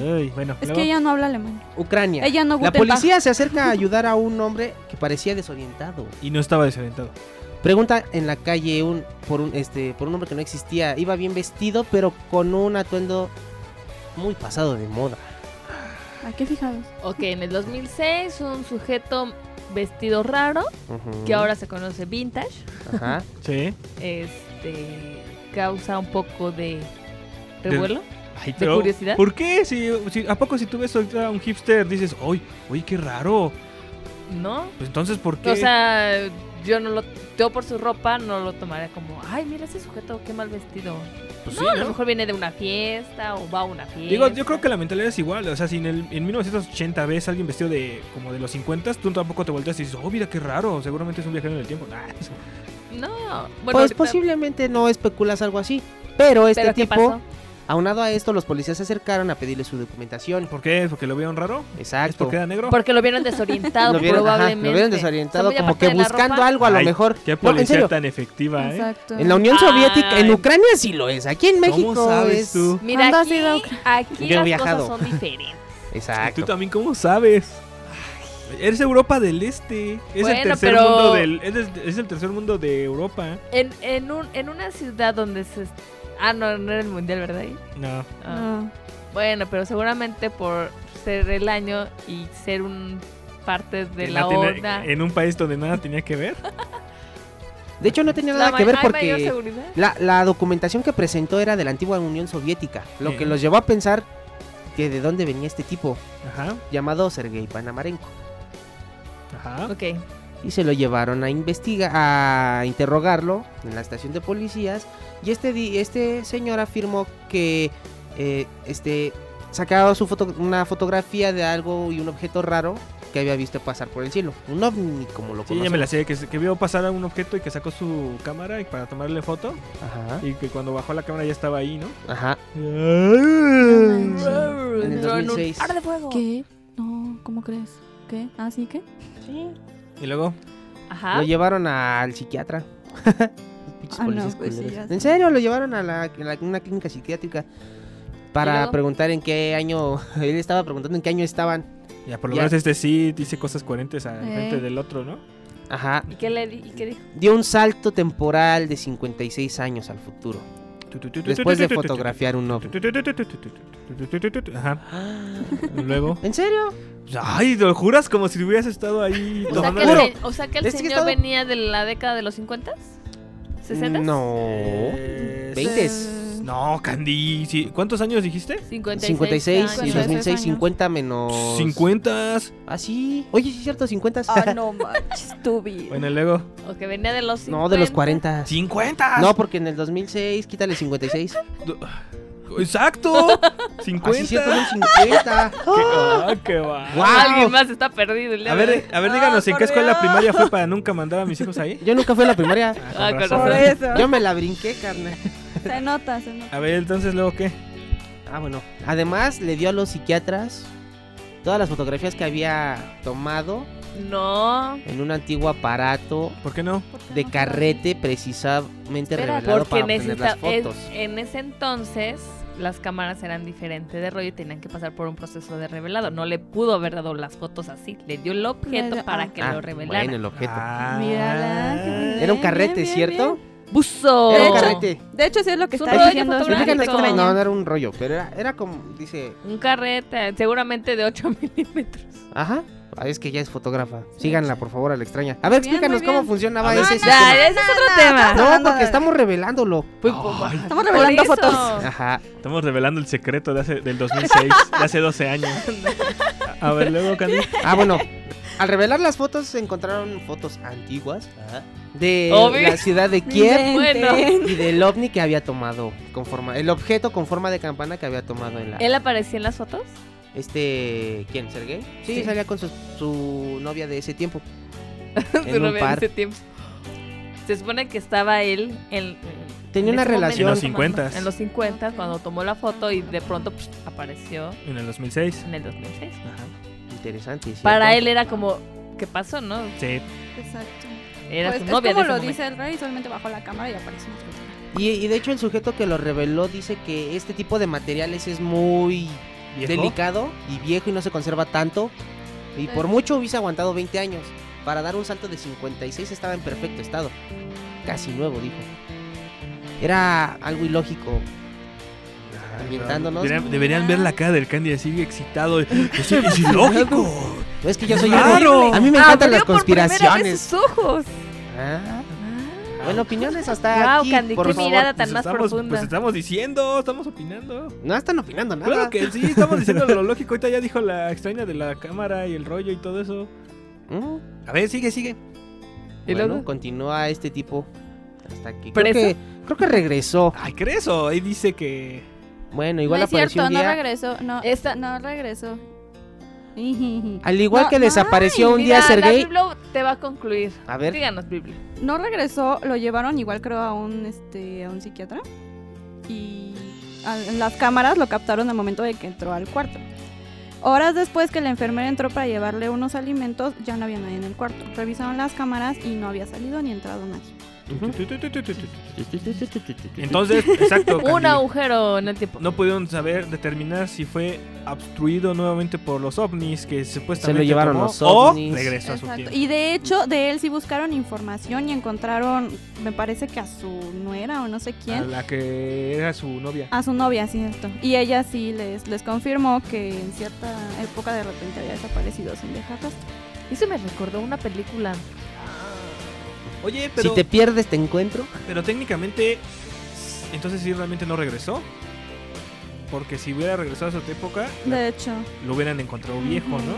Speaker 4: Ay, bueno,
Speaker 3: Es
Speaker 4: luego-
Speaker 3: que ella no habla alemán.
Speaker 1: Ucrania.
Speaker 3: Ella no
Speaker 1: La
Speaker 3: Gutenberg.
Speaker 1: policía se acerca a ayudar a un hombre que parecía desorientado.
Speaker 4: Y no estaba desorientado.
Speaker 1: Pregunta en la calle un, por, un, este, por un hombre que no existía. Iba bien vestido, pero con un atuendo muy pasado de moda.
Speaker 3: ¿A qué fijados?
Speaker 2: Ok, en el 2006 un sujeto vestido raro,
Speaker 1: Ujú.
Speaker 2: que ahora se conoce vintage,
Speaker 1: Ajá.
Speaker 4: Sí.
Speaker 2: este causa un poco de ¿Revuelo?
Speaker 4: Ay,
Speaker 2: ¿De
Speaker 4: pero,
Speaker 2: curiosidad?
Speaker 4: ¿Por qué? Si, si- ¿A poco si tú ves a un hipster dices, oye, oye, qué raro?
Speaker 2: ¿No?
Speaker 4: Pues entonces, ¿por qué?
Speaker 2: O sea, yo no lo. Yo por su ropa no lo tomaría como, ay, mira ese sujeto, qué mal vestido.
Speaker 4: Pues
Speaker 2: no,
Speaker 4: sí,
Speaker 2: a lo
Speaker 4: ¿no?
Speaker 2: mejor viene de una fiesta o va a una fiesta.
Speaker 4: Digo, yo creo que la mentalidad es igual. O sea, si en, el, en 1980 ves a alguien vestido de como de los 50, tú tampoco te volteas y dices, oh, mira qué raro, seguramente es un viajero en el tiempo. Nah, eso-
Speaker 2: No, bueno,
Speaker 1: pues
Speaker 2: ahorita-
Speaker 1: posiblemente no especulas algo así. Pero este
Speaker 2: ¿Pero qué
Speaker 1: tipo,
Speaker 2: pasó?
Speaker 1: aunado a esto, los policías se acercaron a pedirle su documentación.
Speaker 4: ¿Por qué? ¿Porque lo vieron raro?
Speaker 1: Exacto.
Speaker 4: porque era negro?
Speaker 2: Porque lo vieron desorientado,
Speaker 1: Lo vieron, ajá,
Speaker 2: probablemente.
Speaker 1: lo vieron desorientado,
Speaker 2: O sea, muy
Speaker 1: como que
Speaker 2: aparte de la
Speaker 1: buscando
Speaker 2: ropa.
Speaker 1: algo a lo
Speaker 4: Ay,
Speaker 1: mejor. No,
Speaker 4: Qué
Speaker 1: en
Speaker 4: policía
Speaker 1: serio.
Speaker 4: tan efectiva, ¿eh?
Speaker 1: En la Unión Soviética, en
Speaker 2: Ay.
Speaker 1: Ucrania sí lo es. Aquí en México
Speaker 4: sabes
Speaker 1: es-
Speaker 4: tú?
Speaker 2: Mira,
Speaker 3: ¿Cuándo has
Speaker 2: aquí,
Speaker 3: ido a
Speaker 2: aquí
Speaker 1: Yo he
Speaker 2: las
Speaker 1: viajado.
Speaker 2: cosas son diferentes.
Speaker 1: Exacto.
Speaker 4: ¿Tú también cómo sabes? Eres Europa del Este. Es, el
Speaker 2: Bueno,
Speaker 4: tercer
Speaker 2: pero-
Speaker 4: mundo del, es, el- es el tercer mundo de Europa.
Speaker 2: En, en, un, en una ciudad donde se... est- Ah, no, no era el mundial, ¿verdad? ahí?
Speaker 4: No.
Speaker 2: Ah. Bueno, pero seguramente por ser el año y ser un parte de
Speaker 4: Que
Speaker 2: la
Speaker 4: no tiene-
Speaker 2: onda.
Speaker 1: eh,
Speaker 4: en un país donde nada tenía que ver.
Speaker 1: De hecho, no tenía
Speaker 2: La
Speaker 1: nada
Speaker 2: ma-
Speaker 1: que ver
Speaker 2: hay mayor
Speaker 1: porque
Speaker 2: seguridad.
Speaker 1: la, la documentación que presentó era de la antigua Unión Soviética, lo que
Speaker 4: Sí.
Speaker 1: los llevó a pensar que de dónde venía este tipo,
Speaker 4: Ajá,
Speaker 1: llamado Sergei Panamarenko.
Speaker 4: ajá.
Speaker 2: Ok.
Speaker 1: Y se lo llevaron a investigar, a interrogarlo en la estación de policías. Y este, di- este señor afirmó que eh, este, sacaba su foto, una fotografía de algo y un objeto raro que había visto pasar por el cielo. Un ovni, como lo
Speaker 4: Sí, ya me
Speaker 1: conocen.
Speaker 4: la sé, que, se- que vio pasar a un objeto y que sacó su cámara y para tomarle foto.
Speaker 1: Ajá.
Speaker 4: Y que cuando bajó la cámara ya estaba ahí, ¿no?
Speaker 1: Ajá.
Speaker 4: Mm. En
Speaker 1: el 2006.
Speaker 2: ¡Arde fuego!
Speaker 3: ¿Qué? No, ¿cómo crees? ¿Qué? ¿Ah, sí qué?
Speaker 2: Sí.
Speaker 4: Y luego,
Speaker 2: Ajá.
Speaker 1: Lo llevaron al psiquiatra. Pinches
Speaker 3: Ah, no,
Speaker 1: policías
Speaker 3: pues sí,
Speaker 1: culeros.
Speaker 3: ya sé.
Speaker 1: en serio, lo llevaron a la, a la- una clínica psiquiátrica
Speaker 2: ¿Y
Speaker 1: para
Speaker 2: luego?
Speaker 1: preguntar en qué año. Él estaba preguntando en qué año estaban.
Speaker 4: ya por lo
Speaker 1: Ya.
Speaker 4: menos este sí dice cosas coherentes al
Speaker 2: Eh.
Speaker 4: frente del otro, ¿no?
Speaker 1: Ajá.
Speaker 2: ¿Y qué le di- y qué dijo?
Speaker 1: Dio un salto temporal de 56 años al futuro. Después de fotografiar un ovni.
Speaker 4: Ajá. Y luego.
Speaker 1: ¿En serio?
Speaker 4: Ay, lo juras como si hubieras estado ahí
Speaker 2: O sea,
Speaker 4: tomando.
Speaker 2: que el, se- o sea que el
Speaker 1: Es que
Speaker 2: señor
Speaker 1: estaba-
Speaker 2: venía de la década de los 50 ¿60s?
Speaker 1: No.
Speaker 4: Eh,
Speaker 1: 20
Speaker 4: No, Candy. sí. ¿Cuántos años dijiste?
Speaker 2: 56.
Speaker 1: 56 y
Speaker 2: años.
Speaker 1: 2006,
Speaker 3: años.
Speaker 1: 50 menos.
Speaker 4: 50.
Speaker 1: Ah, sí. Oye, sí, es cierto, 50.
Speaker 9: Ah, no manches, tu vida.
Speaker 4: Bueno, y luego.
Speaker 2: O que venía de los 50.
Speaker 1: no, de los 40.
Speaker 4: ¡50!
Speaker 1: No, porque en el 2006, quítale 56.
Speaker 4: ¡Exacto!
Speaker 1: Ah, sí, cierto, son
Speaker 4: ¡50!
Speaker 1: 50.
Speaker 4: ¡Qué va! ¡Qué va!
Speaker 2: Alguien más está perdido. el día
Speaker 4: A
Speaker 2: de hoy.
Speaker 4: ver, a ver, díganos, ¿en qué escuela primaria fue para nunca mandar a mis hijos ahí?
Speaker 1: Yo nunca fui a la primaria.
Speaker 2: Ah,
Speaker 4: con
Speaker 2: con
Speaker 4: razón.
Speaker 3: Por eso.
Speaker 1: Yo me la brinqué, carnal.
Speaker 3: Se nota, se nota.
Speaker 4: A ver, entonces, ¿luego qué?
Speaker 1: Ah, bueno. Además, le dio a los psiquiatras todas las fotografías que había tomado
Speaker 2: No.
Speaker 1: en un antiguo aparato
Speaker 4: ¿Por qué no?
Speaker 1: de carrete precisamente
Speaker 2: Espera,
Speaker 1: revelado
Speaker 2: porque
Speaker 1: para obtener las
Speaker 2: necesita, en,
Speaker 1: fotos.
Speaker 2: en ese entonces las cámaras eran diferentes de rollo y tenían que pasar por un proceso de revelado. No le pudo haber dado las fotos así. Le dio el objeto
Speaker 3: dio-
Speaker 2: para
Speaker 3: ah.
Speaker 2: que
Speaker 1: Ah,
Speaker 2: lo revelara.
Speaker 1: Bueno, el objeto.
Speaker 4: Ah.
Speaker 3: Mírala, qué bien.
Speaker 1: Era un carrete,
Speaker 3: Ah. Bien, bien,
Speaker 1: ¿cierto?
Speaker 2: ¡Buzo!
Speaker 1: Era un carrete.
Speaker 3: De hecho, sí es lo que
Speaker 2: Es un
Speaker 3: está
Speaker 2: rollo
Speaker 3: diciendo.
Speaker 1: Yo fíjate
Speaker 2: fotográfico.
Speaker 1: cómo- no, no era un rollo, pero era, era como, dice,
Speaker 2: Un carrete, seguramente de 8 milímetros.
Speaker 1: ajá, ah, es que ya es fotógrafa. Síganla, por favor, a la extraña. A ver,
Speaker 3: Muy bien,
Speaker 1: explícanos
Speaker 3: muy
Speaker 1: cómo
Speaker 3: bien.
Speaker 1: funcionaba
Speaker 4: ver,
Speaker 1: ese
Speaker 4: no,
Speaker 1: sistema.
Speaker 2: Ya, ese es otro tema.
Speaker 1: No,
Speaker 3: hablando
Speaker 1: porque
Speaker 3: de-
Speaker 1: estamos revelándolo. Pues,
Speaker 3: Estamos revelando
Speaker 2: Por eso.
Speaker 3: fotos.
Speaker 1: Ajá.
Speaker 4: Estamos revelando el secreto de hace, del 2006, de hace 12 años. A ver, luego, Candy.
Speaker 1: Ah, bueno. Al revelar las fotos se encontraron fotos antiguas de
Speaker 2: Obvio.
Speaker 1: la ciudad de Kiev
Speaker 2: Bueno.
Speaker 1: y del ovni que había tomado con forma, el objeto con forma de campana que había tomado en la
Speaker 2: ¿Él aparecía en las fotos?
Speaker 1: este ¿quién? Sergey. Sí,
Speaker 2: Sí.
Speaker 1: salía con su, su novia de ese tiempo.
Speaker 2: Yo
Speaker 1: en
Speaker 2: no
Speaker 1: un
Speaker 2: veo en
Speaker 1: par.
Speaker 2: ese tiempo. Se supone que estaba él en...
Speaker 1: Tenía
Speaker 2: en
Speaker 1: una
Speaker 2: ese momento
Speaker 1: relación. En los
Speaker 2: tomando-
Speaker 4: 50s.
Speaker 2: En los 50, cuando tomó la foto y de pronto psh, apareció
Speaker 4: En el 2006.
Speaker 2: en el 2006.
Speaker 4: Ajá.
Speaker 1: Interesante. ¿cierto?
Speaker 2: Para él era como, ¿qué pasó, no?
Speaker 4: Sí.
Speaker 3: Exacto.
Speaker 2: Era
Speaker 3: Pues
Speaker 2: su
Speaker 3: es
Speaker 2: novia
Speaker 3: como
Speaker 2: de ese
Speaker 3: lo
Speaker 2: momento.
Speaker 3: dice el rey, solamente bajó la cámara y apareció. otro.
Speaker 1: Y, y de hecho el sujeto que lo reveló dice que este tipo de materiales es muy
Speaker 4: ¿Viejo?
Speaker 1: delicado y viejo y no se conserva tanto. Y por
Speaker 3: Sí.
Speaker 1: mucho hubiese aguantado 20 años. Para dar un salto de 56 estaba en perfecto estado. Casi nuevo, dijo. Era algo ilógico. Ambientándonos.
Speaker 4: Deberían, deberían ver la cara del Candy así excitado. Es, es ilógico.
Speaker 1: Es que yo soy
Speaker 4: ¡Claro!
Speaker 1: A mí me
Speaker 2: Abrió
Speaker 1: encantan las
Speaker 2: por primera vez
Speaker 1: conspiraciones.
Speaker 2: sus ojos.
Speaker 1: Ah, ah, Bueno, opiniones hasta
Speaker 2: Wow,
Speaker 1: aquí,
Speaker 2: Candy,
Speaker 1: por
Speaker 2: qué
Speaker 1: favor.
Speaker 2: mirada tan más
Speaker 4: estamos,
Speaker 2: profunda.
Speaker 1: este,
Speaker 4: Pues estamos diciendo, estamos opinando.
Speaker 1: No están opinando nada.
Speaker 4: Claro que sí, estamos diciendo lo lógico. Ahorita ya dijo la extraña de la cámara y el rollo y todo eso.
Speaker 1: ¿Mm?
Speaker 4: A ver, sigue, sigue. ¿Y
Speaker 1: Bueno,
Speaker 4: luego?
Speaker 1: continúa este tipo hasta que creo,
Speaker 4: ¿Preso?
Speaker 1: que creo que regresó.
Speaker 4: Ay, ¿creso? Ahí dice que
Speaker 1: Bueno, igual
Speaker 3: no es
Speaker 1: apareció
Speaker 3: cierto,
Speaker 1: un día.
Speaker 3: no regresó. No, no regresó.
Speaker 1: Al igual que desapareció un día
Speaker 2: Mira, la
Speaker 1: Sergey.
Speaker 2: Biblo te va a concluir.
Speaker 1: A ver.
Speaker 2: Díganos, Biblo.
Speaker 3: No regresó, lo llevaron igual creo a un este a un psiquiatra y a- en las cámaras lo captaron al momento de que entró al cuarto. Horas después que la enfermera entró para llevarle unos alimentos, ya no había nadie en el cuarto. Revisaron las cámaras y no había salido ni entrado nadie.
Speaker 4: Entonces, exacto.
Speaker 2: Un
Speaker 4: Candy.
Speaker 2: agujero en el tiempo.
Speaker 4: No pudieron saber determinar si fue obstruido nuevamente por los ovnis que supuestamente
Speaker 1: Se lo llevaron
Speaker 4: tomó,
Speaker 1: los
Speaker 4: o
Speaker 1: ovnis.
Speaker 4: regresó a su
Speaker 3: Exacto.
Speaker 4: tiempo.
Speaker 3: Y de hecho, de él sí buscaron información y encontraron, me parece que a su nuera o no sé
Speaker 4: A
Speaker 3: quién.
Speaker 4: la que era su novia.
Speaker 3: A su novia, sí, cierto. Y ella sí les, les confirmó que en cierta época de repente había desaparecido sin dejar rastro.
Speaker 2: Y se me recordó una película.
Speaker 4: Oye, pero
Speaker 1: Si te pierdes, te encuentro.
Speaker 4: pero técnicamente entonces sí realmente no regresó. Porque si hubiera regresado a su época, la-
Speaker 3: De hecho.
Speaker 4: lo hubieran encontrado viejo,
Speaker 3: Ujú.
Speaker 4: ¿no?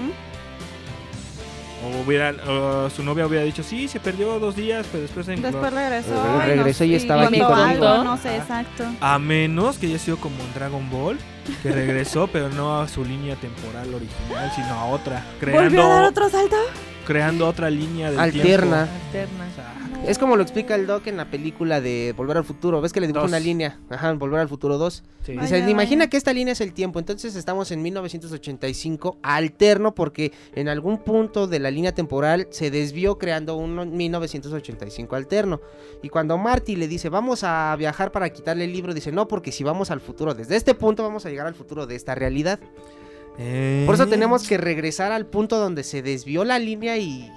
Speaker 4: O hubiera o su novia hubiera dicho, "Sí, se perdió dos días, pero después se encontró".
Speaker 3: Después regresó.
Speaker 1: Pero
Speaker 3: no
Speaker 1: regresó y
Speaker 3: sé,
Speaker 1: estaba aquí
Speaker 3: contó
Speaker 1: conmigo.
Speaker 3: algo, No sé, exacto.
Speaker 4: A menos que haya sido como en Dragon Ball, que regresó, pero no a su línea temporal original, sino a otra.
Speaker 3: ¿Volvió a dar
Speaker 4: Creando,
Speaker 3: otro salto?
Speaker 4: creando otra línea del
Speaker 1: Alterna.
Speaker 4: tiempo.
Speaker 1: Es como lo explica el Doc en la película de Volver al Futuro. ¿Ves que le dibujó
Speaker 4: Dos.
Speaker 1: una línea? Ajá, en Volver al Futuro 2.
Speaker 4: Sí.
Speaker 1: Dice,
Speaker 4: Vaya, vaya.
Speaker 1: imagina que esta línea es el tiempo. Entonces estamos en 1985 alterno porque en algún punto de la línea temporal se desvió creando un 1985 alterno. Y cuando Marty le dice, vamos a viajar para quitarle el libro, dice, no, porque si vamos al futuro desde este punto, vamos a llegar al futuro de esta realidad. Por
Speaker 4: Eh.
Speaker 1: eso tenemos que regresar al punto donde se desvió la línea y...
Speaker 2: Él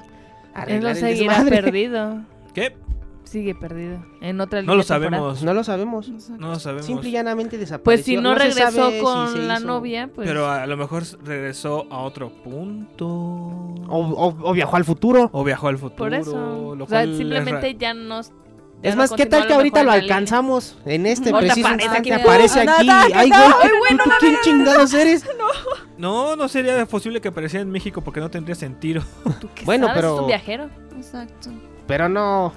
Speaker 1: arreglar
Speaker 2: lo
Speaker 1: el
Speaker 2: seguirá
Speaker 1: desmadre.
Speaker 2: perdido.
Speaker 4: ¿Qué?
Speaker 2: Sigue perdido. En otra
Speaker 4: No lo sabemos.
Speaker 1: pues, No lo sabemos.
Speaker 4: No lo sabemos.
Speaker 1: Simple y llanamente desapareció.
Speaker 2: Pues si no,
Speaker 1: se
Speaker 2: regresó
Speaker 1: sabe si
Speaker 2: con
Speaker 1: se
Speaker 2: la
Speaker 1: hizo-
Speaker 2: novia, pues.
Speaker 4: Pero a lo mejor regresó a otro punto. O,
Speaker 1: o- o viajó al futuro.
Speaker 4: O viajó al futuro.
Speaker 2: por eso.
Speaker 4: lo
Speaker 2: O sea,
Speaker 4: cual es
Speaker 2: simplemente
Speaker 4: ra-
Speaker 2: ya no. ya
Speaker 1: Es
Speaker 2: no
Speaker 1: más, ¿qué
Speaker 2: continúa a
Speaker 1: tal que
Speaker 2: mejor
Speaker 1: ahorita lo
Speaker 2: en la línea.
Speaker 1: alcanzamos? En este
Speaker 2: Ahorita
Speaker 1: preciso
Speaker 2: aparece
Speaker 1: instante
Speaker 2: aquí.
Speaker 1: aparece
Speaker 2: No,
Speaker 1: aquí.
Speaker 2: nada, que
Speaker 1: Ay,
Speaker 2: no,
Speaker 1: güey,
Speaker 2: ay,
Speaker 1: ¿tú-
Speaker 2: güey, no
Speaker 1: tú
Speaker 2: me
Speaker 1: quién
Speaker 2: hagas
Speaker 1: chingados eres?
Speaker 4: No, no sería posible que apareciera en México porque no tendría sentido.
Speaker 1: Bueno,
Speaker 2: ¿Sabes? Es
Speaker 1: pero
Speaker 2: un viajero.
Speaker 3: Exacto.
Speaker 1: pero no.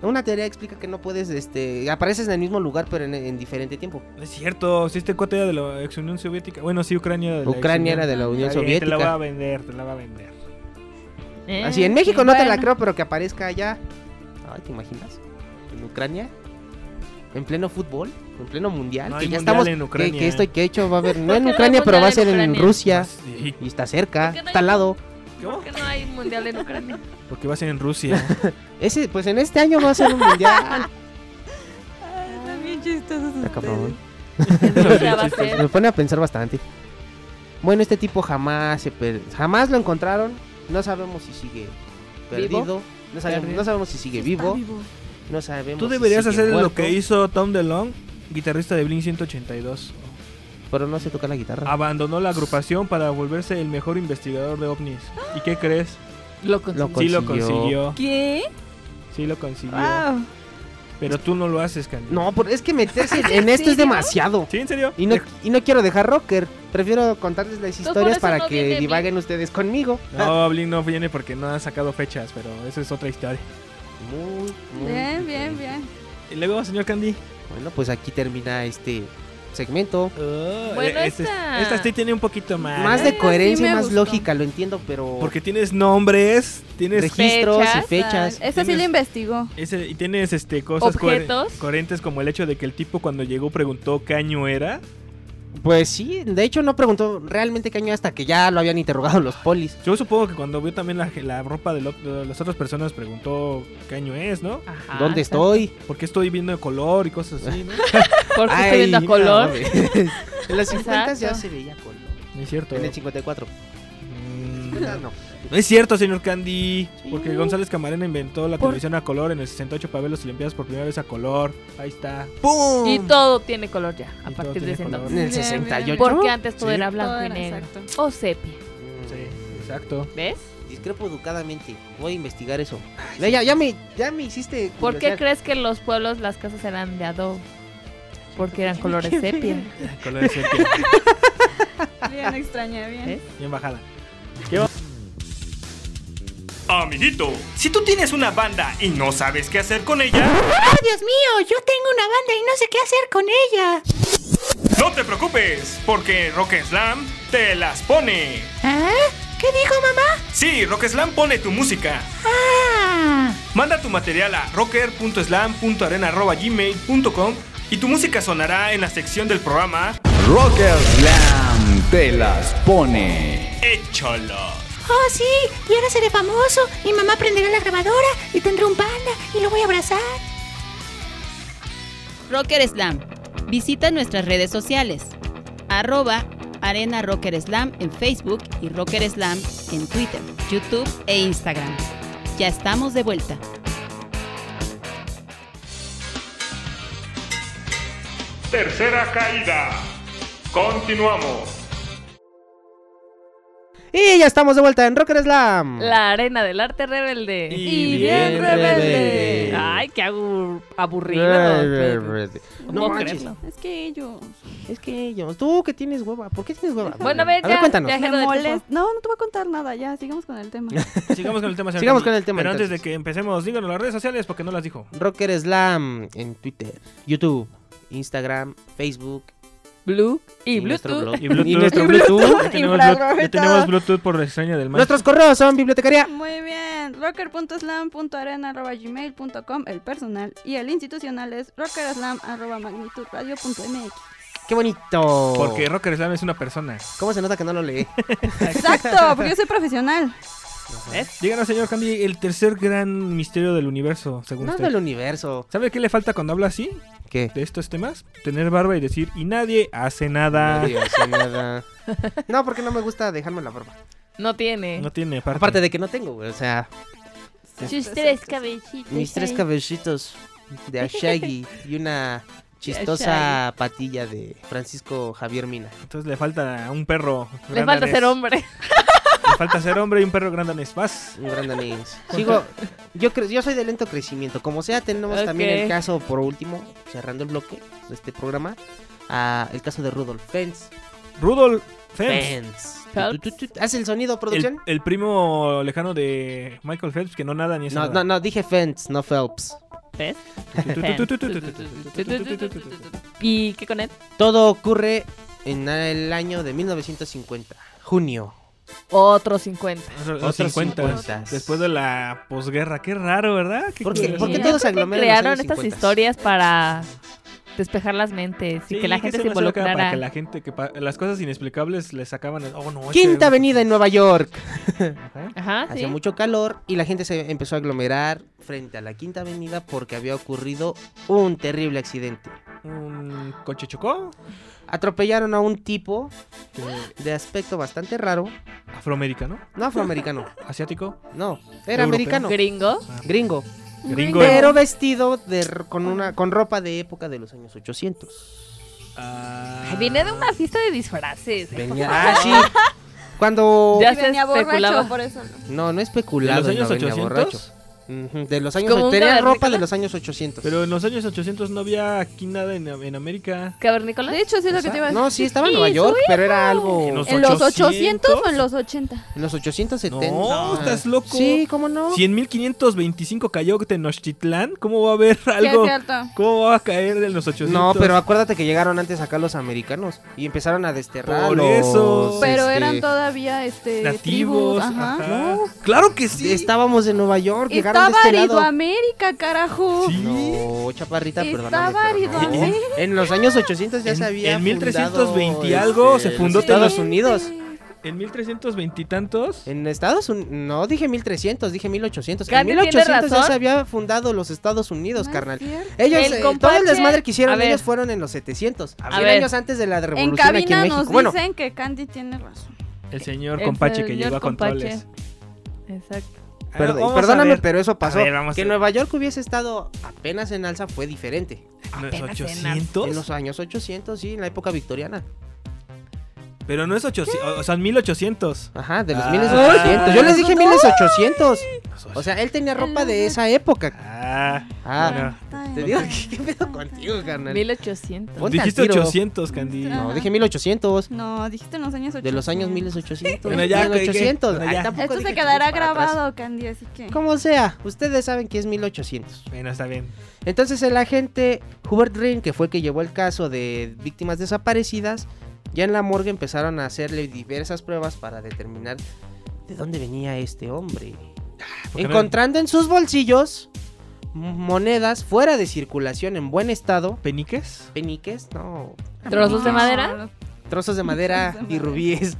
Speaker 1: Una teoría explica que no puedes, este, apareces en el mismo lugar pero en, en diferente tiempo.
Speaker 4: No es cierto, si este cuate era de la ex Unión Soviética. Bueno, sí, Ucrania era de la ex
Speaker 1: Ucrania era de la Unión
Speaker 4: Está bien, Te la
Speaker 1: Soviética.
Speaker 4: va a vender, te la va a vender.
Speaker 2: Mm,
Speaker 1: Así,
Speaker 2: Eh,
Speaker 1: en México no te la creo, pero que aparezca allá. Ay, ¿te imaginas? En Ucrania, en pleno fútbol, en pleno mundial,
Speaker 4: No
Speaker 1: que
Speaker 4: hay
Speaker 1: ya
Speaker 4: mundial
Speaker 1: estamos,
Speaker 4: en
Speaker 1: que-
Speaker 4: Ucrania. ¿eh?
Speaker 1: que, esto y que hecho va a haber, no en
Speaker 2: no hay
Speaker 1: Ucrania, pero va a
Speaker 2: mundial
Speaker 1: ser
Speaker 2: en
Speaker 1: en
Speaker 2: Ucrania?
Speaker 1: Rusia
Speaker 4: sí.
Speaker 1: y está cerca,
Speaker 2: qué no
Speaker 1: está
Speaker 2: hay-
Speaker 1: al lado.
Speaker 2: ¿Por qué no hay mundial en Ucrania?
Speaker 4: Porque va a ser en Rusia.
Speaker 1: Ese, pues en este año va a ser un mundial.
Speaker 3: Están bien chistosos
Speaker 1: Está cabrón. ¿eh?
Speaker 2: Rusia va a ser.
Speaker 1: Me pone a pensar bastante. Bueno, este tipo jamás se per- jamás lo encontraron. No sabemos si sigue perdido. No, sabemos,
Speaker 4: Perdido.
Speaker 1: no sabemos si sigue vivo. No sabemos.
Speaker 4: Tú
Speaker 1: si
Speaker 4: deberías
Speaker 1: sigue
Speaker 4: hacer lo
Speaker 1: muerto,
Speaker 4: que hizo Tom DeLong, guitarrista de Blink 182.
Speaker 1: Pero no sé tocar la guitarra.
Speaker 4: Abandonó la agrupación para volverse el mejor investigador de ovnis. ¿Y qué crees?
Speaker 2: Lo
Speaker 1: Lo
Speaker 4: Sí lo
Speaker 1: consiguió. Ah.
Speaker 4: consiguió.
Speaker 3: ¿Qué?
Speaker 4: Sí lo consiguió.
Speaker 3: Wow.
Speaker 4: Pero tú no lo haces, Candy.
Speaker 1: No, por- es que meterse en esto es demasiado.
Speaker 4: Sí, en serio.
Speaker 1: Y no, y no quiero dejar rocker. Prefiero contarles las
Speaker 2: Entonces, por
Speaker 1: historias
Speaker 2: eso
Speaker 1: para
Speaker 2: no viene
Speaker 1: que
Speaker 2: bien.
Speaker 1: divaguen ustedes conmigo.
Speaker 4: No, Blink no viene porque no ha sacado fechas, pero esa es otra historia.
Speaker 1: Muy, muy
Speaker 3: Bien, bien, bien.
Speaker 4: Y luego, señor Candy.
Speaker 1: Bueno, pues aquí termina este segmento.
Speaker 2: Bueno,
Speaker 4: este-
Speaker 2: esta-
Speaker 4: esta sí tiene un poquito más.
Speaker 1: Más
Speaker 2: Ah. sí
Speaker 1: de coherencia y
Speaker 2: me
Speaker 1: más
Speaker 2: gustó.
Speaker 1: lógica, lo entiendo, pero.
Speaker 4: Porque tienes nombres, tienes
Speaker 1: Registros y Fechas.
Speaker 3: Esa
Speaker 1: fechas.
Speaker 3: sí
Speaker 4: Tienes-
Speaker 3: la investigó.
Speaker 4: Ese- y tienes este cosas coher-
Speaker 2: Objetos.
Speaker 4: coherentes como el hecho de que el tipo cuando llegó preguntó qué año era.
Speaker 1: Pues sí, de hecho no preguntó realmente qué año hasta que ya lo habían interrogado los polis.
Speaker 4: Yo supongo que cuando vio también la, la ropa de, lo- de las otras personas preguntó qué año es, ¿no?
Speaker 2: Ajá,
Speaker 1: ¿Dónde
Speaker 2: está-
Speaker 1: estoy?
Speaker 4: Porque estoy viendo de color y cosas así, ¿no?
Speaker 2: ¿Por qué estoy
Speaker 1: Ay,
Speaker 2: viendo a
Speaker 1: no,
Speaker 2: color?
Speaker 1: mames. en los 50 ya
Speaker 2: Exacto.
Speaker 1: se veía color.
Speaker 4: No es cierto.
Speaker 1: En el 54.
Speaker 4: Mm,
Speaker 1: No.
Speaker 4: No es cierto, señor Candy. Porque
Speaker 1: Sí.
Speaker 4: González Camarena inventó la
Speaker 2: Por-
Speaker 4: televisión a color en el 68 para ver las Olimpiadas por primera vez a color. Ahí está.
Speaker 2: Y
Speaker 4: ¡Pum!
Speaker 2: todo tiene color ya, a
Speaker 4: Y todo
Speaker 2: partir
Speaker 4: tiene
Speaker 2: de ese
Speaker 4: color.
Speaker 1: En
Speaker 2: entonces.
Speaker 1: el 68.
Speaker 2: Porque antes todo
Speaker 4: Sí.
Speaker 2: era blanco
Speaker 3: Todo
Speaker 2: y
Speaker 3: era
Speaker 2: negro.
Speaker 3: exacto.
Speaker 2: O sepia.
Speaker 4: Sí. Exacto.
Speaker 2: ¿Ves?
Speaker 1: Discrepo educadamente. Voy a investigar eso. Ya, ya, ya me, ya me hiciste.
Speaker 2: ¿Por qué
Speaker 1: curiosear.
Speaker 2: crees que en los pueblos las casas eran de adobe? Porque eran colores sepia.
Speaker 4: Colores sepia.
Speaker 3: Bien extraña, bien.
Speaker 1: ¿Eh?
Speaker 4: Bien bajada.
Speaker 6: Amiguito, si tú tienes una banda y no sabes qué hacer con ella,
Speaker 7: ¡Oh, Dios mío! Yo tengo una banda y no sé qué hacer con ella.
Speaker 6: no te preocupes, porque Rock Slam te las pone.
Speaker 7: ¿Ah? ¿Qué dijo mamá?
Speaker 6: Sí, Rock Slam pone tu música.
Speaker 7: Ah.
Speaker 6: Manda tu material a rocker.slam.arena.gmail.com y tu música sonará en la sección del programa
Speaker 8: Rocker Slam te las pone.
Speaker 6: Échalo.
Speaker 7: Oh, sí. Y ahora seré famoso. Mi mamá prenderá la grabadora y tendré un panda y lo voy a abrazar.
Speaker 10: Rocker Slam. Visita nuestras redes sociales. Arroba Arena Rocker Slam en Facebook y Rocker Slam en Twitter, YouTube e Instagram. Ya estamos de vuelta.
Speaker 6: Tercera caída. Continuamos.
Speaker 1: Y ya estamos de vuelta en Rocker Slam.
Speaker 2: La arena del arte rebelde. Y,
Speaker 1: bien rebelde.
Speaker 2: Ay, qué abu- aburrido.
Speaker 1: No
Speaker 2: puedo
Speaker 1: manches.
Speaker 2: creerlo.
Speaker 3: Es que ellos.
Speaker 1: Es que ellos. Tú que tienes hueva. ¿Por qué tienes hueva?
Speaker 3: Bueno,
Speaker 1: a ver,
Speaker 3: ya,
Speaker 1: cuéntanos.
Speaker 3: Me molest- No, no te voy a contar nada, ya, sigamos con el tema.
Speaker 4: Sigamos con el tema. señor
Speaker 1: Sigamos
Speaker 4: Camus.
Speaker 1: con el tema,
Speaker 4: Pero antes de
Speaker 1: entonces.
Speaker 4: que empecemos, díganos las redes sociales porque no las dijo.
Speaker 1: Rocker Slam en Twitter, YouTube, Instagram, Facebook.
Speaker 2: Blue y
Speaker 1: nuestro
Speaker 2: Bluetooth.
Speaker 1: blog. Y
Speaker 4: Y Bluetooth.
Speaker 1: nuestro Bluetooth.
Speaker 4: Ya tenemos, Bluetooth, ya tenemos Bluetooth por extraña del mar.
Speaker 1: Nuestros correos son bibliotecaria.
Speaker 3: Muy bien, rocker.slam.arena.gmail.com, el personal, y el institucional es rockerslam.magnitudradio.mx.
Speaker 1: Qué bonito.
Speaker 4: Porque Rocker Slam es una persona.
Speaker 1: ¿Cómo se nota que no lo lee?
Speaker 3: Exacto, porque yo soy profesional.
Speaker 1: ¿Eh?
Speaker 4: Díganos, señor Candy, el tercer gran misterio del universo, según
Speaker 1: No
Speaker 4: usted.
Speaker 1: del universo.
Speaker 4: ¿Sabe qué le falta cuando habla así?
Speaker 1: ¿Qué?
Speaker 4: De estos temas. Tener barba y decir, y nadie hace nada.
Speaker 1: Nadie hace nada. No, porque no me gusta dejarme la barba.
Speaker 2: No tiene.
Speaker 4: No tiene parte.
Speaker 1: Aparte de que no tengo, güey, o sea,
Speaker 2: Sus tres cabellitos.
Speaker 1: mis tres
Speaker 2: ahí.
Speaker 1: cabellitos de Ashagi y una chistosa
Speaker 2: Ashagi.
Speaker 1: patilla de Francisco Javier Mina.
Speaker 4: Entonces le falta un perro.
Speaker 2: Le
Speaker 4: gran
Speaker 2: falta
Speaker 4: danés.
Speaker 2: ser hombre.
Speaker 4: Le falta ser hombre y un perro gran danés. Vas.
Speaker 1: Un gran danés. Sigo, yo, cre- yo soy de lento crecimiento. Como sea, tenemos también
Speaker 2: Ok.
Speaker 1: el caso, por último, cerrando el bloque de este programa, ah, el caso de Rudolf Fens.
Speaker 4: Rudolf Fens.
Speaker 1: Fens. Tu, tu, tu, tu. Haz el sonido,
Speaker 4: El,
Speaker 1: producción.
Speaker 4: el primo lejano de Michael Phelps que no nada ni es
Speaker 1: No,
Speaker 4: nada.
Speaker 1: no, no, dije Fens, no Phelps.
Speaker 2: ¿Ves?
Speaker 4: Tu, tu, tu, tu, tu, tu,
Speaker 2: ¿Y qué con él?
Speaker 1: Todo ocurre en el año de 1950, junio.
Speaker 2: Otros 50.
Speaker 4: Otros
Speaker 1: Otros
Speaker 4: 50.
Speaker 1: 50.
Speaker 4: Después de la posguerra. Qué raro, ¿verdad? Qué
Speaker 1: ¿Por qué?
Speaker 4: curioso.
Speaker 1: ¿Por qué todos aglomeran en los
Speaker 2: Crearon
Speaker 1: años
Speaker 2: estas
Speaker 1: 50?
Speaker 2: historias para despejar las mentes y
Speaker 4: Sí,
Speaker 2: que la
Speaker 4: que
Speaker 2: gente
Speaker 4: se
Speaker 2: se
Speaker 4: me acerca Para
Speaker 2: involucrara.
Speaker 4: que la gente, que pa- las cosas inexplicables les sacaban el... Oh, no,
Speaker 1: Quinta
Speaker 4: este-
Speaker 1: Avenida en Nueva York.
Speaker 2: Ajá, Ah, sí.
Speaker 1: Hacía mucho calor y la gente se empezó a aglomerar frente a la Quinta Avenida porque había ocurrido un terrible accidente.
Speaker 4: ¿Un coche chocó?
Speaker 1: Atropellaron a un tipo
Speaker 4: que-
Speaker 1: de aspecto bastante raro,
Speaker 4: ¿Afroamericano?
Speaker 1: no afroamericano,
Speaker 4: ¿Asiático?
Speaker 1: no, era
Speaker 4: Europeo.
Speaker 1: americano,
Speaker 2: Gringo.
Speaker 1: gringo,
Speaker 4: Gringo.
Speaker 1: pero vestido de r- con una con ropa de época de los años 800.
Speaker 4: Ah,
Speaker 2: Ay, Viene de una fiesta de disfraces. ¿eh?
Speaker 1: Venía, ah, sí. Cuando
Speaker 2: Ya
Speaker 3: Y
Speaker 2: se
Speaker 3: venía
Speaker 2: especulaba.
Speaker 3: borracho, por eso no.
Speaker 1: no, no especulado,
Speaker 4: ¿De los
Speaker 1: no
Speaker 4: años
Speaker 1: venía
Speaker 4: 800?
Speaker 1: borracho. Ujú, De los años
Speaker 2: Como un
Speaker 1: tenía
Speaker 2: cavernícola.
Speaker 1: ropa de los años 800.
Speaker 4: Pero en los años 800 no había aquí nada en, en América.
Speaker 2: ¿Cavernícola?
Speaker 3: De hecho, sí es lo que te iba a decir.
Speaker 1: No, sí estaba en Nueva York, pero era algo
Speaker 4: los
Speaker 11: ¿En los 800 o en los 80?
Speaker 1: En los 870.
Speaker 4: No, estás loco.
Speaker 1: Sí, ¿cómo no?
Speaker 4: 100.525 cayó Tenochtitlán. ¿Cómo va a haber algo?
Speaker 3: cierto.
Speaker 4: ¿Cómo va a caer en los 800?
Speaker 1: No, pero acuérdate que llegaron antes acá los americanos y empezaron a desterrar.
Speaker 4: Por
Speaker 1: los,
Speaker 4: eso.
Speaker 3: Pero
Speaker 1: este,
Speaker 3: eran todavía este,
Speaker 4: Nativos.
Speaker 3: tribus, ajá.
Speaker 4: ajá. Claro que sí.
Speaker 1: Estábamos en Nueva York, llegaron de
Speaker 3: Estaba
Speaker 1: este lado.
Speaker 3: Aridoamérica, carajo.
Speaker 4: Sí.
Speaker 1: No, chaparrita,
Speaker 3: Estaba
Speaker 1: perdóname, pero no.
Speaker 3: Aridoamérica.
Speaker 1: En los años 800 ya
Speaker 4: En-
Speaker 1: se había
Speaker 4: en
Speaker 1: fundado, este,
Speaker 4: 1320 y algo se
Speaker 1: los
Speaker 4: fundó
Speaker 1: Estados
Speaker 4: Tenoch-
Speaker 1: Unidos.
Speaker 4: En 1320 y tantos.
Speaker 1: En Estados Unidos, no dije 1300, dije 1800. En
Speaker 2: Gandhi tiene
Speaker 1: 1800 ya
Speaker 2: razón.
Speaker 1: se había fundado los Estados Unidos, carnal.
Speaker 3: cierto.
Speaker 1: Ellos,
Speaker 2: El
Speaker 1: eh, todo
Speaker 2: compache-
Speaker 1: el desmadre que
Speaker 2: A
Speaker 1: hicieron
Speaker 2: ver.
Speaker 1: ellos fueron en los 700,
Speaker 2: A
Speaker 1: 100
Speaker 2: ver.
Speaker 1: años antes de la revolución
Speaker 3: En
Speaker 1: aquí en
Speaker 3: cabina
Speaker 1: México.
Speaker 3: nos
Speaker 1: bueno,
Speaker 3: dicen que Candy tiene razón.
Speaker 4: El señor
Speaker 2: El
Speaker 4: Compache que
Speaker 2: señor
Speaker 4: llegó a
Speaker 2: Compache.
Speaker 4: controles.
Speaker 2: Exacto.
Speaker 4: Ah,
Speaker 1: perdón-
Speaker 4: vamos a
Speaker 1: perdóname,
Speaker 4: ver.
Speaker 1: pero eso pasó.
Speaker 4: A ver, vamos
Speaker 1: que
Speaker 4: a-
Speaker 1: Nueva York hubiese estado apenas en alza fue diferente.
Speaker 4: ¿En los
Speaker 2: apenas en
Speaker 4: 800?
Speaker 1: En los años 800, sí, en la época victoriana.
Speaker 4: Pero no es 800, o sea, 1800.
Speaker 1: Ajá, de los
Speaker 4: Ah.
Speaker 1: 1800. Yo les dije 1800. O sea, él tenía ropa de esa época.
Speaker 4: Ah,
Speaker 1: ah. Te digo, ¿qué, qué pedo contigo, carnal?
Speaker 2: 1800.
Speaker 1: Ponte al
Speaker 4: Dijiste
Speaker 1: tiro.
Speaker 4: 800, Candy.
Speaker 1: No, dije 1800.
Speaker 3: No, dijiste en los años 80.
Speaker 1: De los años 1800.
Speaker 4: Bueno, ya, ¿qué, qué?
Speaker 1: 1800.
Speaker 4: Bueno,
Speaker 1: Ay,
Speaker 4: ya.
Speaker 1: tampoco
Speaker 3: Esto se
Speaker 1: dije
Speaker 3: quedará
Speaker 1: para atrás.
Speaker 3: grabado, Candy, así que.
Speaker 1: Como sea, ustedes saben que es 1800.
Speaker 4: Bueno, está bien.
Speaker 1: Entonces el agente Hubert Ring, que fue el que llevó el caso de víctimas desaparecidas, ya en la morgue empezaron a hacerle diversas pruebas para determinar de dónde venía este hombre.
Speaker 4: ¿por qué no?
Speaker 1: Encontrando en sus bolsillos m- monedas fuera de circulación en buen estado.
Speaker 4: ¿Peniques?
Speaker 1: Peniques, no.
Speaker 2: ¿Trozos de madera?
Speaker 1: Trozos de madera
Speaker 3: Trozos de
Speaker 1: y
Speaker 3: madera.
Speaker 1: rubíes.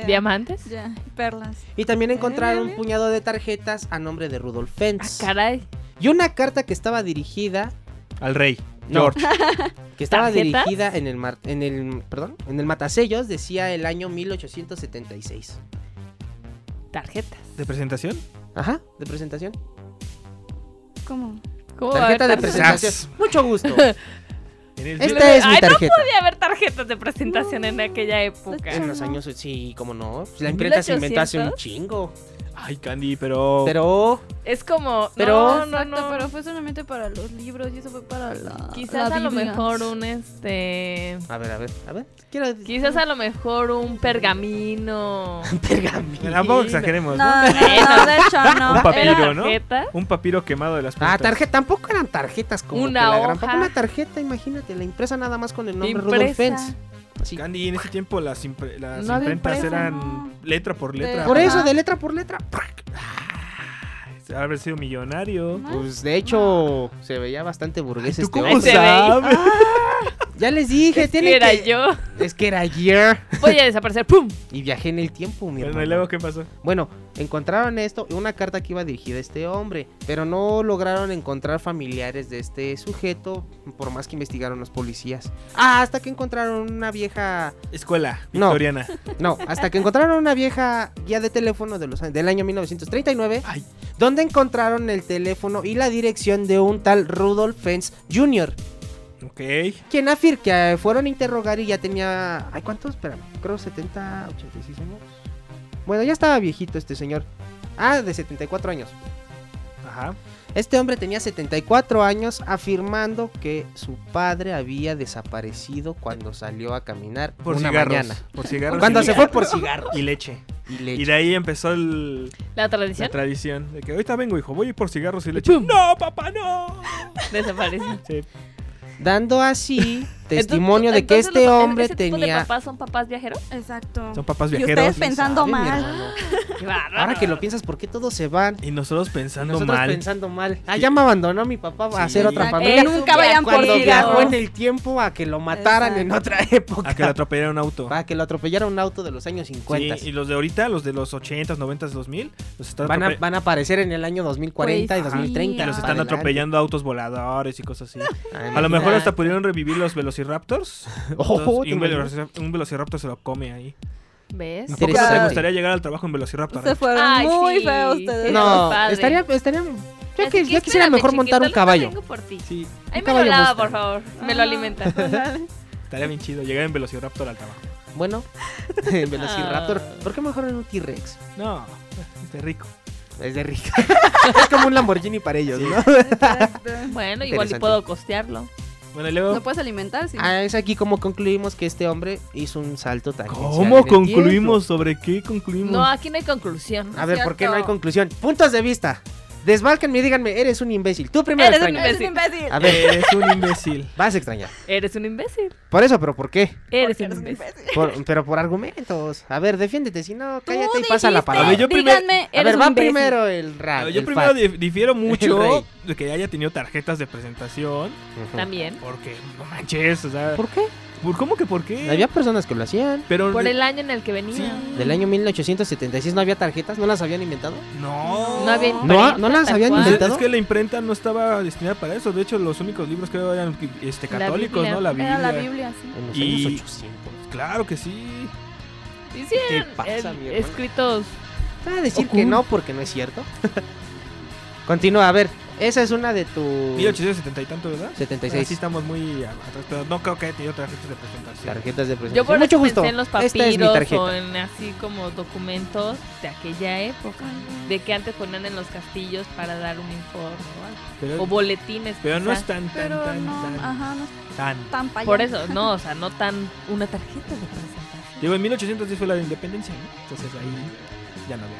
Speaker 3: Ya,
Speaker 2: ¿Diamantes?
Speaker 3: Ya, perlas.
Speaker 1: Y también encontraron
Speaker 3: mira.
Speaker 1: un puñado de tarjetas a nombre de Rudolf
Speaker 2: Ah,
Speaker 3: Ah,
Speaker 1: Fentz.
Speaker 2: Caray.
Speaker 1: Y una carta que estaba dirigida
Speaker 4: Al rey,
Speaker 1: No.
Speaker 4: George.
Speaker 1: que estaba
Speaker 2: ¿Tarjetas?
Speaker 1: dirigida en el mar- en el perdón, en el matasellos decía el año 1876.
Speaker 2: Tarjetas.
Speaker 4: ¿De presentación?
Speaker 1: Ajá, de presentación.
Speaker 3: ¿Cómo?
Speaker 2: ¿Cómo va a haber
Speaker 1: Tarjeta de
Speaker 2: tarjetas?
Speaker 1: presentación. Mucho gusto.
Speaker 4: En el-
Speaker 1: Esta es mi
Speaker 2: Ay, no
Speaker 1: tarjeta.
Speaker 2: podía haber tarjetas de presentación en aquella época.
Speaker 1: En los años sí, como no. pues La imprenta se inventó hace un chingo.
Speaker 4: Ay, Candy, pero...
Speaker 1: Pero
Speaker 2: Es como.
Speaker 1: Pero-
Speaker 2: no, no,
Speaker 3: Exacto,
Speaker 2: no.
Speaker 3: pero fue solamente para los libros y eso fue para la.
Speaker 2: Quizás
Speaker 3: la
Speaker 2: a lo
Speaker 3: Biblia.
Speaker 2: mejor un este.
Speaker 1: a ver, a ver, a ver. Quiero
Speaker 2: Quizás a lo mejor un pergamino.
Speaker 1: pergamino.
Speaker 4: Tampoco exageremos,
Speaker 3: No,
Speaker 4: ¿no?
Speaker 3: no, no, de hecho no.
Speaker 4: Un papiro,
Speaker 2: ¿Eran
Speaker 4: ¿no?
Speaker 2: tarjetas?
Speaker 4: Un papiro quemado de las
Speaker 1: Ah,
Speaker 4: puntas.
Speaker 1: tarjeta, tampoco eran tarjetas como
Speaker 2: Una
Speaker 1: que la gran-
Speaker 2: hoja.
Speaker 1: una tarjeta, imagínate, la impresa nada más con el nombre
Speaker 2: Impresa.
Speaker 1: Rudolf Fentz. Así.
Speaker 4: Candy, en ese tiempo las, impre- las
Speaker 2: No había
Speaker 4: imprentas
Speaker 2: impresa,
Speaker 4: eran
Speaker 3: no.
Speaker 4: letra por letra.
Speaker 1: Por
Speaker 3: Ajá.
Speaker 1: eso, de letra por letra.
Speaker 4: Haber sido millonario.
Speaker 3: No.
Speaker 1: Pues de hecho, se veía bastante burgués
Speaker 4: ¿Tú
Speaker 1: este
Speaker 4: cómo
Speaker 1: hombre.
Speaker 2: se ve.
Speaker 4: sabes?
Speaker 1: Ah. Ya les dije,
Speaker 2: Es que
Speaker 1: tiene
Speaker 2: era
Speaker 1: que.
Speaker 2: yo.
Speaker 1: Es que era ayer.
Speaker 2: Voy a desaparecer. ¡Pum!
Speaker 1: Y viajé en el tiempo, mi
Speaker 4: Bueno,
Speaker 1: hermano.
Speaker 4: ¿y luego qué pasó?
Speaker 1: Bueno, encontraron esto y una carta que iba dirigida a este hombre, pero no lograron encontrar familiares de este sujeto, por más que investigaron los policías. Ah, hasta que encontraron una vieja,
Speaker 4: Escuela
Speaker 1: No.
Speaker 4: victoriana.
Speaker 1: no, hasta que encontraron una vieja guía de teléfono de los a- del año 1939,
Speaker 4: Ay.
Speaker 1: donde encontraron el teléfono y la dirección de un tal Rudolf Fentz Jr.,
Speaker 4: Ok.
Speaker 1: quien afir que eh, fueron a interrogar y ya tenía, ay, ¿cuántos? Espérame, creo 70, 86 años. Bueno, ya estaba viejito este señor. Ah, de 74 años.
Speaker 4: Ajá.
Speaker 1: Este hombre tenía 74 años afirmando que su padre había desaparecido cuando salió a caminar
Speaker 4: Por
Speaker 1: una
Speaker 4: cigarros.
Speaker 1: mañana.
Speaker 4: Por cigarros.
Speaker 1: Cuando
Speaker 4: y-
Speaker 1: se fue por cigarros
Speaker 4: Y leche.
Speaker 1: y
Speaker 4: Y
Speaker 1: leche.
Speaker 4: de ahí empezó el-
Speaker 2: La
Speaker 4: la
Speaker 2: tradición
Speaker 4: tradición de que ahorita vengo, hijo, voy a ir por cigarros y leche. ¡No, papá, no!
Speaker 2: desapareció.
Speaker 4: Sí.
Speaker 1: Dando así testimonio de que
Speaker 2: Entonces,
Speaker 1: este
Speaker 2: los-
Speaker 1: hombre
Speaker 2: ese tipo
Speaker 1: tenía...
Speaker 2: de papás son papás viajeros?
Speaker 3: Exacto.
Speaker 4: Son papás
Speaker 3: Y
Speaker 4: viajeros.
Speaker 3: ustedes pensando
Speaker 1: Ay, mi
Speaker 3: mal.
Speaker 1: hermano.
Speaker 2: Qué bárbaro.
Speaker 1: Ahora que lo piensas, ¿por qué todos se van?
Speaker 4: Y nosotros pensando
Speaker 1: Nosotros
Speaker 4: mal.
Speaker 1: pensando mal. Ah, ya me abandonó mi papá a hacer otra
Speaker 3: Exacto.
Speaker 1: familia.
Speaker 3: Eh, nunca vayan por
Speaker 1: cuando viajó
Speaker 3: cigarros.
Speaker 1: en el tiempo a que lo mataran en otra época.
Speaker 4: A que le atropellara un auto.
Speaker 1: Para que lo atropellara un auto de los años
Speaker 4: Sí,
Speaker 1: 50.
Speaker 4: y los de ahorita, los de los 80, 90, 2000, los están,
Speaker 1: van, a,
Speaker 4: atrope-
Speaker 1: van a aparecer en el año 2040 y
Speaker 3: Pues sí,
Speaker 1: 2030.
Speaker 3: y
Speaker 4: los
Speaker 3: Ah,
Speaker 4: están
Speaker 1: Adelante.
Speaker 4: atropellando autos voladores y cosas así.
Speaker 1: Ah,
Speaker 4: A lo
Speaker 1: imagínate.
Speaker 4: mejor
Speaker 1: Oh,
Speaker 4: hasta pudieron revivir los velociraptors.
Speaker 1: Ojo,
Speaker 4: Entonces, y
Speaker 1: ¿te
Speaker 4: un,
Speaker 1: imaginas?
Speaker 4: velocirap- un velociraptor se lo come ahí.
Speaker 2: ¿Ves?
Speaker 4: ¿A poco no
Speaker 1: Interesante.
Speaker 4: te gustaría llegar al trabajo en velociraptor?
Speaker 3: Se
Speaker 4: eh?
Speaker 3: fueron
Speaker 2: Ay,
Speaker 3: muy
Speaker 2: sí.
Speaker 3: feos ustedes.
Speaker 1: No,
Speaker 2: padre. Pues
Speaker 1: estaría, estaría. Yo,
Speaker 2: Así
Speaker 1: que- yo quisiera
Speaker 2: espérame,
Speaker 1: mejor montar un
Speaker 2: chiquito, luego
Speaker 1: caballo.
Speaker 2: vengo por ti.
Speaker 4: Sí,
Speaker 2: Ahí
Speaker 1: Un
Speaker 2: me lo
Speaker 1: caballo
Speaker 2: lava, por
Speaker 1: mustang.
Speaker 2: favor. Me lo alimenta.
Speaker 4: estaría bien chido llegar en velociraptor al trabajo.
Speaker 1: Bueno, Velociraptor. ¿Por qué mejor en un T-Rex?
Speaker 4: No, es rico.
Speaker 1: Es de rica. es como un Lamborghini para ellos, ¿no?
Speaker 2: Bueno, igual y
Speaker 1: Interesante.
Speaker 2: puedo costearlo.
Speaker 4: Bueno, y luego,
Speaker 3: No puedes alimentar, sí.
Speaker 1: Ah, es aquí como concluimos que este hombre hizo un salto tan
Speaker 4: ¿cómo concluimos? ¿Sobre qué concluimos?
Speaker 1: Mm.
Speaker 2: No, aquí no hay conclusión.
Speaker 1: A ver, ¿por qué no hay
Speaker 2: ¿Cierto?
Speaker 1: conclusión? Puntos de vista. Desbálquenme y díganme, eres un imbécil. Tú primero,
Speaker 2: Eres un
Speaker 1: extraña.
Speaker 3: Eres un
Speaker 2: imbécil.
Speaker 3: imbécil.
Speaker 1: A ver,
Speaker 4: Eres Eh, un imbécil.
Speaker 1: vas a extrañar.
Speaker 2: Eres un imbécil.
Speaker 1: Por eso, pero ¿por qué?
Speaker 2: Eres un
Speaker 3: Porque eres un
Speaker 2: imbécil.
Speaker 3: imbécil.
Speaker 1: Por- pero por argumentos. A ver, defiéndete. Si no,
Speaker 3: Tú
Speaker 1: cállate y pasa la
Speaker 3: dijiste,
Speaker 1: palabra.
Speaker 4: A ver, yo primero-
Speaker 3: díganme,
Speaker 1: A
Speaker 3: eres
Speaker 1: ver,
Speaker 3: un
Speaker 1: va
Speaker 3: imbécil.
Speaker 1: primero el rap.
Speaker 4: Yo
Speaker 1: Ah, el
Speaker 4: primero
Speaker 1: fat.
Speaker 4: dif- difiero mucho
Speaker 1: rey.
Speaker 4: de que haya tenido tarjetas de presentación.
Speaker 1: Ujú.
Speaker 2: También.
Speaker 4: Porque, no manches, o sea.
Speaker 1: ¿Por qué?
Speaker 4: ¿por- ¿Cómo que por qué?
Speaker 1: Había personas que lo hacían.
Speaker 4: Pero
Speaker 2: Por el año en el que venía.
Speaker 4: Sí.
Speaker 1: Del año 1876 no había tarjetas, no las habían inventado.
Speaker 4: No.
Speaker 2: No había
Speaker 4: O
Speaker 1: No,
Speaker 2: imprenta,
Speaker 1: no las
Speaker 2: tal
Speaker 1: habían
Speaker 2: cual.
Speaker 4: sea,
Speaker 1: inventado.
Speaker 4: Es que la imprenta no estaba destinada para eso. De hecho, los únicos libros que eran este,
Speaker 2: La
Speaker 4: católicos,
Speaker 2: Biblia.
Speaker 4: ¿no? La Biblia.
Speaker 3: Era la Biblia, sí.
Speaker 1: En los
Speaker 4: Y-
Speaker 1: años 800.
Speaker 4: Claro que sí.
Speaker 2: Sí, sí,
Speaker 1: ¿Qué
Speaker 2: eran,
Speaker 1: pasa,
Speaker 2: eh,
Speaker 1: mi hermano?
Speaker 2: escritos.
Speaker 1: Te voy a decir que no porque no es cierto. Continúa, a ver. Esa es una de tus.
Speaker 4: 1870 y tanto, ¿verdad?
Speaker 1: 76.
Speaker 4: Así estamos muy atrás, pero no creo que haya tenido tarjetas de presentación.
Speaker 1: Tarjetas de presentación.
Speaker 2: Yo por
Speaker 1: Mucho
Speaker 2: eso
Speaker 1: gusto.
Speaker 2: pensé en los papiros
Speaker 1: Esta es mi tarjeta.
Speaker 2: o en así como documentos de aquella época, de que antes ponían en los castillos para dar un informe o algo.
Speaker 4: Pero-
Speaker 2: o boletines.
Speaker 4: pero no
Speaker 2: quizá.
Speaker 4: es tan, tan,
Speaker 3: Pero
Speaker 4: tan,
Speaker 3: no,
Speaker 4: tan,
Speaker 3: ajá, no es
Speaker 4: tan.
Speaker 3: tan pa'
Speaker 2: Por
Speaker 3: allá.
Speaker 2: eso, no, o sea, no tan una tarjeta de presentación.
Speaker 4: Digo, en 1810 fue la de independencia, ¿no? Entonces ahí ya no había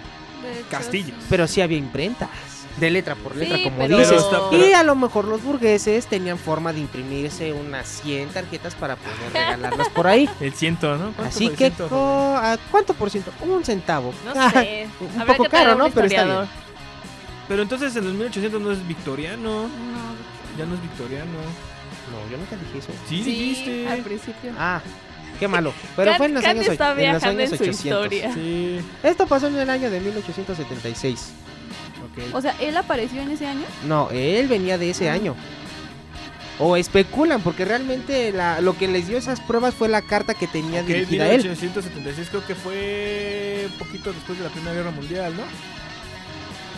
Speaker 2: De hecho,
Speaker 4: castillos.
Speaker 1: Pero sí había imprentas. De letra por letra,
Speaker 4: Sí,
Speaker 1: como
Speaker 4: pero-
Speaker 1: dices.
Speaker 4: Pero está-
Speaker 1: Y a lo mejor los burgueses tenían forma de imprimirse unas 100 tarjetas para poder regalarlas por ahí.
Speaker 4: El ciento, ¿no? ¿Cuánto
Speaker 1: Así
Speaker 4: fue el
Speaker 1: que,
Speaker 4: ciento?
Speaker 1: co- ¿a ¿cuánto por ciento? Un centavo.
Speaker 2: No
Speaker 1: Ah,
Speaker 2: sé.
Speaker 1: un
Speaker 2: Habrá
Speaker 1: poco
Speaker 2: que traer
Speaker 1: caro,
Speaker 2: un
Speaker 1: ¿no? Pero está
Speaker 2: historiador.
Speaker 1: bien.
Speaker 4: Pero entonces en los 1800 no es victoriano. Ya no es victoriano.
Speaker 1: No, yo nunca dije eso.
Speaker 4: Sí, dijiste.
Speaker 2: al principio.
Speaker 1: Ah, qué malo. Pero
Speaker 2: Cat-
Speaker 1: fue en los
Speaker 2: Cat
Speaker 1: años,
Speaker 2: está
Speaker 1: och- en los
Speaker 2: viajando
Speaker 1: años
Speaker 2: en su
Speaker 1: 800.
Speaker 2: historia.
Speaker 4: Sí.
Speaker 1: Esto pasó en el año de 1876.
Speaker 3: O sea, él apareció en ese año.
Speaker 1: No, él venía de ese año. O especulan, porque realmente la- lo que les dio esas pruebas fue la carta que tenía
Speaker 4: Ok,
Speaker 1: dirigida a él.
Speaker 4: 1876 creo que fue un poquito después de la Primera Guerra Mundial, ¿no?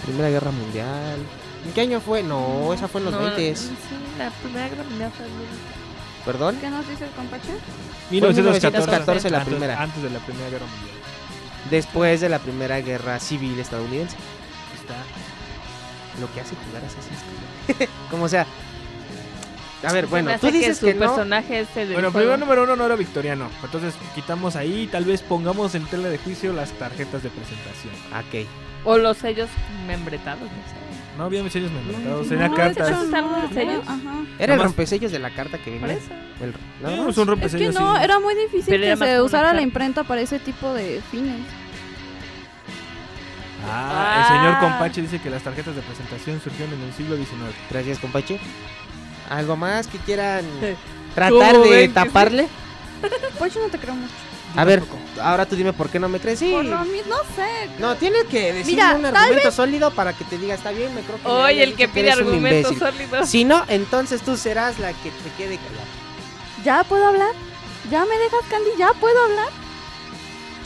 Speaker 1: Primera Guerra Mundial. ¿En qué año fue? No, esa fue en los
Speaker 2: No,
Speaker 1: 20
Speaker 2: Sí, la primera Guerra Mundial fue en 1914.
Speaker 1: ¿Perdón?
Speaker 3: ¿Qué nos dice el compache?
Speaker 1: Fue en 1914 la
Speaker 4: Antes-
Speaker 1: primera.
Speaker 4: Antes de la Primera Guerra Mundial.
Speaker 1: Después de la Primera Guerra Civil Estadounidense.
Speaker 4: Está.
Speaker 1: Lo que hace jugar a Assassin's Creed. Como sea. A ver,
Speaker 2: Se
Speaker 1: bueno,
Speaker 2: me
Speaker 1: tú
Speaker 2: hace que
Speaker 1: dices
Speaker 2: su
Speaker 1: que no.
Speaker 2: personaje es el del
Speaker 4: Bueno,
Speaker 2: juego.
Speaker 4: primero número uno no era victoriano. Entonces quitamos ahí y tal vez pongamos en tela de juicio las tarjetas de presentación.
Speaker 1: Ok.
Speaker 2: O los sellos membretados, no sé.
Speaker 4: No había muchos membretados,
Speaker 2: no,
Speaker 4: tenía
Speaker 2: no,
Speaker 4: cartas.
Speaker 2: de hecho, no.
Speaker 3: ¿En serio? Ajá.
Speaker 1: Era el
Speaker 4: Nomás-
Speaker 1: rompesellos de la carta que venía.
Speaker 3: Por eso.
Speaker 1: El-
Speaker 4: Sí, pues,
Speaker 1: más.
Speaker 4: es un
Speaker 3: Es
Speaker 4: rompesellos.
Speaker 3: que no, er-
Speaker 4: sí.
Speaker 3: era muy difícil
Speaker 2: Pero
Speaker 3: que
Speaker 2: era más
Speaker 3: se
Speaker 2: como una
Speaker 3: usara la
Speaker 2: carta.
Speaker 3: imprenta para ese tipo de fines.
Speaker 4: Ah, el señor
Speaker 3: Ah.
Speaker 4: Compache dice que las tarjetas de presentación surgieron en el siglo XIX.
Speaker 1: Gracias, compache. ¿Algo más que quieran tratar
Speaker 3: ¿Cómo
Speaker 1: de
Speaker 3: ven que sí?
Speaker 1: taparle?
Speaker 3: Pues yo no te creo mucho.
Speaker 1: A ver, ahora tú dime por qué no me crees. Sí.
Speaker 3: Por lo mi- no sé.
Speaker 1: No, tienes que decirme
Speaker 3: Mira,
Speaker 1: un
Speaker 3: tal
Speaker 1: argumento
Speaker 3: vez-
Speaker 1: sólido para que te diga, está bien, me creo que. me
Speaker 2: Oye,
Speaker 1: haya
Speaker 2: el
Speaker 1: dicho
Speaker 2: que pide
Speaker 1: eres un
Speaker 2: argumentos
Speaker 1: imbécil".
Speaker 2: sólidos.
Speaker 1: Si no, entonces tú serás la que te quede callada.
Speaker 3: ¿Ya puedo hablar? ¿Ya me dejas, Candy? ¿Ya puedo hablar?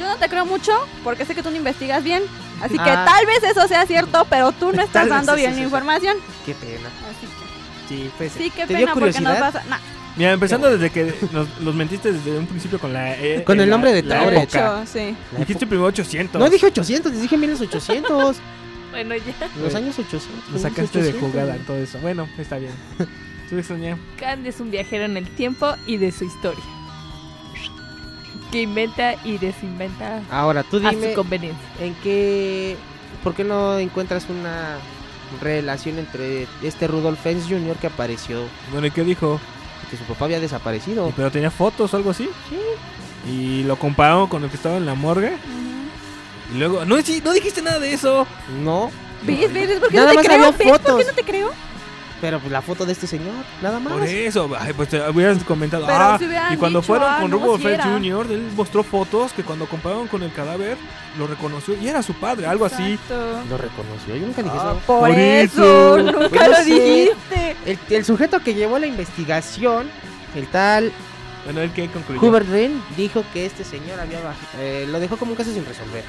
Speaker 3: Yo no te creo mucho porque sé que tú no investigas bien. Así que
Speaker 1: Ah.
Speaker 3: tal vez eso sea cierto, pero tú no
Speaker 1: Tal
Speaker 3: estás
Speaker 1: vez
Speaker 3: dando
Speaker 1: eso
Speaker 3: bien
Speaker 1: sea
Speaker 3: la
Speaker 1: cierto.
Speaker 3: información.
Speaker 1: Qué pena.
Speaker 3: Así que
Speaker 1: Sí, pues.
Speaker 3: sí, qué
Speaker 1: ¿Te dio
Speaker 3: pena porque nos
Speaker 1: curiosidad?
Speaker 3: vas a. Nah.
Speaker 4: Mira, empezando desde que nos, los mentiste desde un principio con la. eh,
Speaker 1: Con
Speaker 4: eh,
Speaker 1: el
Speaker 4: la-
Speaker 1: nombre de
Speaker 4: la
Speaker 1: Tauro.
Speaker 4: época.
Speaker 3: sí.
Speaker 4: Dijiste primero 800.
Speaker 1: No dije 800, les dije 1800.
Speaker 2: Bueno, ya.
Speaker 1: los años 800.
Speaker 4: Lo sacaste de
Speaker 1: 1800.
Speaker 4: jugada, todo eso. Bueno, está bien. Tú extrañé.
Speaker 2: Candy es un viajero en el tiempo y de su historia. Que inventa y desinventa
Speaker 1: Ahora, tú
Speaker 2: a su
Speaker 1: dime,
Speaker 2: conveniencia.
Speaker 1: ¿en qué. ¿Por qué no encuentras una relación entre este Rudolf Fens Jr. que apareció?
Speaker 4: Bueno, ¿y qué dijo?
Speaker 1: Que su papá había desaparecido.
Speaker 4: Pero tenía fotos o algo así.
Speaker 1: Sí.
Speaker 4: Y lo compararon con el que estaba en la morgue. Y luego. No, sí, no dijiste nada de eso.
Speaker 1: No,
Speaker 3: ¿Ves? ¿Ves? ¿Ves? ¿Por qué
Speaker 1: Nada
Speaker 3: no
Speaker 1: más
Speaker 3: te creo?
Speaker 1: había
Speaker 3: ¿Ves? ¿Por qué
Speaker 1: fotos.
Speaker 3: no te creo?
Speaker 1: pero pues la foto de este señor, nada más.
Speaker 4: Por eso, ay, pues te hubieras comentado.
Speaker 1: Pero
Speaker 4: ah,
Speaker 1: si hubieran
Speaker 4: y cuando
Speaker 1: dicho,
Speaker 4: fueron
Speaker 1: ah,
Speaker 4: con
Speaker 1: no,
Speaker 4: Rubo
Speaker 1: si
Speaker 4: Fett
Speaker 1: era.
Speaker 4: Jr., él mostró fotos que cuando compararon con el cadáver, lo reconoció y era su padre, algo así.
Speaker 1: Lo reconoció, yo nunca dije
Speaker 4: Ah,
Speaker 1: eso.
Speaker 4: por Por eso, eso. nunca
Speaker 1: Pues
Speaker 4: lo
Speaker 1: no sé.
Speaker 4: dijiste.
Speaker 1: El, el sujeto que llevó la investigación, el tal
Speaker 4: Bueno, él que concluyó.
Speaker 1: Hubert Rin, dijo que este señor había baj- eh, lo dejó como un caso sin resolver.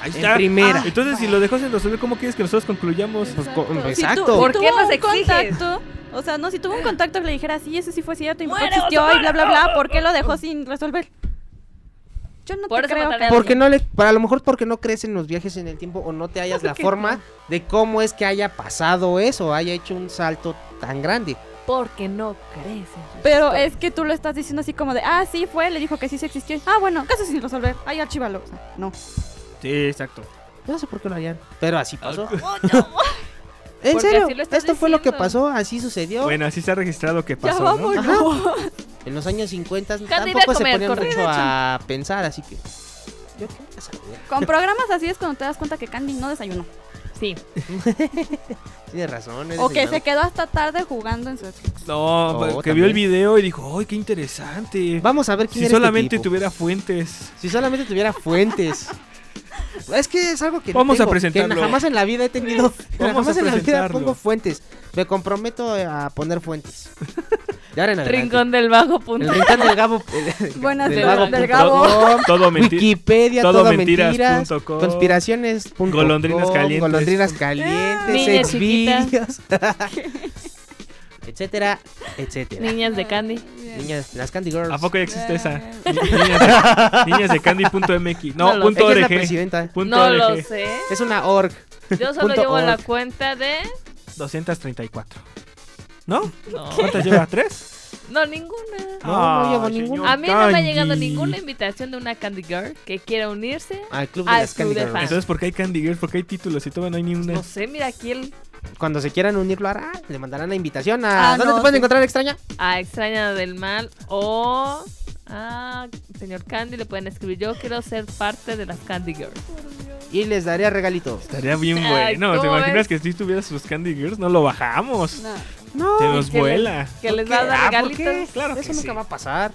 Speaker 4: Ahí
Speaker 1: en
Speaker 4: está. Ah,
Speaker 1: primera.
Speaker 4: Entonces, si lo dejó sin resolver, ¿cómo quieres que nosotros concluyamos?
Speaker 1: Pues, co- Exacto.
Speaker 3: Si
Speaker 1: exacto.
Speaker 3: tu-
Speaker 2: ¿Por qué
Speaker 3: tuvo
Speaker 2: nos
Speaker 3: un
Speaker 2: exiges?
Speaker 3: contacto, o sea, no, si tuvo un contacto que le dijera, sí, eso sí fue cierto y no
Speaker 2: ¡Muere,
Speaker 3: existió
Speaker 2: oso,
Speaker 3: y bla, bla,
Speaker 2: muere!
Speaker 3: bla, ¿por qué lo dejó sin resolver? Yo no
Speaker 2: Por
Speaker 3: te
Speaker 2: eso
Speaker 3: creo.
Speaker 2: mataría a
Speaker 1: Porque no le, para lo mejor porque no crees en los viajes en el tiempo o no te hallas la
Speaker 2: ¿Qué?
Speaker 1: forma de cómo es que haya pasado eso, haya hecho un salto tan grande.
Speaker 2: Porque no crees. en su
Speaker 3: Pero
Speaker 2: historia.
Speaker 3: es que tú lo estás diciendo así como de, ah, sí, fue, le dijo que sí se existió. Ah, bueno, caso sin resolver. Ahí archívalo. O sea, no.
Speaker 4: Sí, exacto.
Speaker 1: No sé por qué lo harían, pero así pasó. en
Speaker 2: Porque
Speaker 1: serio,
Speaker 2: así lo
Speaker 1: esto
Speaker 2: estás
Speaker 1: fue lo que
Speaker 2: diciendo.
Speaker 1: pasó, así sucedió.
Speaker 4: Bueno, así se ha registrado que pasó. ¿no?
Speaker 1: vámonos. En los años 50
Speaker 3: Candida
Speaker 1: tampoco se
Speaker 3: comer,
Speaker 1: ponían
Speaker 3: corrida,
Speaker 1: mucho a pensar, así que. Yo qué voy a saber.
Speaker 3: Con programas así es cuando te das cuenta que Candy no desayunó.
Speaker 2: Sí.
Speaker 1: Tienes razón.
Speaker 3: O que
Speaker 1: eres
Speaker 3: se quedó hasta tarde jugando en su
Speaker 4: No,
Speaker 1: Oh,
Speaker 4: pues, que
Speaker 1: también.
Speaker 4: vio el video y dijo, ¡ay, qué interesante!
Speaker 1: Vamos a ver quién
Speaker 4: Si
Speaker 1: era este
Speaker 4: solamente
Speaker 1: tipo.
Speaker 4: tuviera fuentes.
Speaker 1: Si solamente tuviera fuentes. Es que es algo que no
Speaker 4: Vamos a
Speaker 1: tengo, que
Speaker 4: presentarlo.
Speaker 1: jamás en la vida he tenido.
Speaker 4: Vamos
Speaker 1: jamás
Speaker 4: a
Speaker 1: en la vida
Speaker 4: presentarlo.
Speaker 1: pongo fuentes. Me comprometo a poner fuentes. De ahora en adelante.
Speaker 2: Rincón del Bajo. Punto.
Speaker 1: El rincón del Gabo.
Speaker 3: Buenas
Speaker 1: del
Speaker 3: del-
Speaker 1: Gabo
Speaker 3: del
Speaker 1: punto
Speaker 3: Gabo.
Speaker 1: com,
Speaker 4: Todo menti-
Speaker 1: Wikipedia,
Speaker 4: todo
Speaker 1: todo,
Speaker 4: mentiras
Speaker 1: mentiras.
Speaker 4: punto com,
Speaker 1: conspiraciones. punto
Speaker 4: golondrinas
Speaker 1: com,
Speaker 4: calientes.
Speaker 1: Golondrinas calientes.
Speaker 2: Niñas
Speaker 1: sexvideos,
Speaker 2: chiquitas.
Speaker 1: etcétera, etcétera.
Speaker 2: Niñas de Candy.
Speaker 1: Niñas, las Candy Girls.
Speaker 4: ¿A poco ya existe esa? Ni- Niñas, niñas de candy.mx. No,
Speaker 1: lo
Speaker 4: punto
Speaker 1: sé. Ella es la
Speaker 4: org.
Speaker 1: presidenta.
Speaker 4: Punto
Speaker 2: No
Speaker 4: org.
Speaker 2: lo sé.
Speaker 1: Es una org.
Speaker 2: Yo solo
Speaker 1: Punto
Speaker 2: llevo la
Speaker 1: org.
Speaker 2: cuenta de.
Speaker 4: 234. ¿No?
Speaker 2: No.
Speaker 4: ¿Cuántas lleva? ¿Tres?
Speaker 2: No, ninguna.
Speaker 1: No, Ah, no llevo
Speaker 4: Ay,
Speaker 1: ninguna.
Speaker 4: señor
Speaker 2: A mí no me ha
Speaker 4: Kanji.
Speaker 2: llegado ninguna invitación de una Candy Girl que quiera unirse
Speaker 1: Al club de
Speaker 2: al
Speaker 1: las Candy
Speaker 2: club de
Speaker 1: Girls.
Speaker 2: fans.
Speaker 4: Entonces, ¿por qué hay Candy Girls? ¿Por qué hay títulos? Si todavía no hay ni una.
Speaker 2: No sé, mira aquí el.
Speaker 1: Cuando se quieran unir, lo harán. Le mandarán la invitación a.
Speaker 2: Ah,
Speaker 1: ¿Dónde
Speaker 2: no,
Speaker 1: te pueden
Speaker 2: sí.
Speaker 1: encontrar, extraña?
Speaker 2: A Extraña del Mal o. A señor Candy le pueden escribir. Yo quiero ser parte de las Candy Girls.
Speaker 1: Y les daría regalito.
Speaker 4: Estaría bien
Speaker 2: Ay,
Speaker 4: bueno. ¿Te
Speaker 2: ¿cómo
Speaker 4: imaginas
Speaker 2: ves?
Speaker 4: que si tuvieras sus Candy Girls? No lo bajamos.
Speaker 1: No.
Speaker 4: Te nos
Speaker 2: Que le-
Speaker 4: vuela.
Speaker 2: Que les
Speaker 1: ¿Qué?
Speaker 2: va a dar
Speaker 1: Ah, ¿por
Speaker 2: regalitos.
Speaker 1: qué? Eso nunca va a pasar.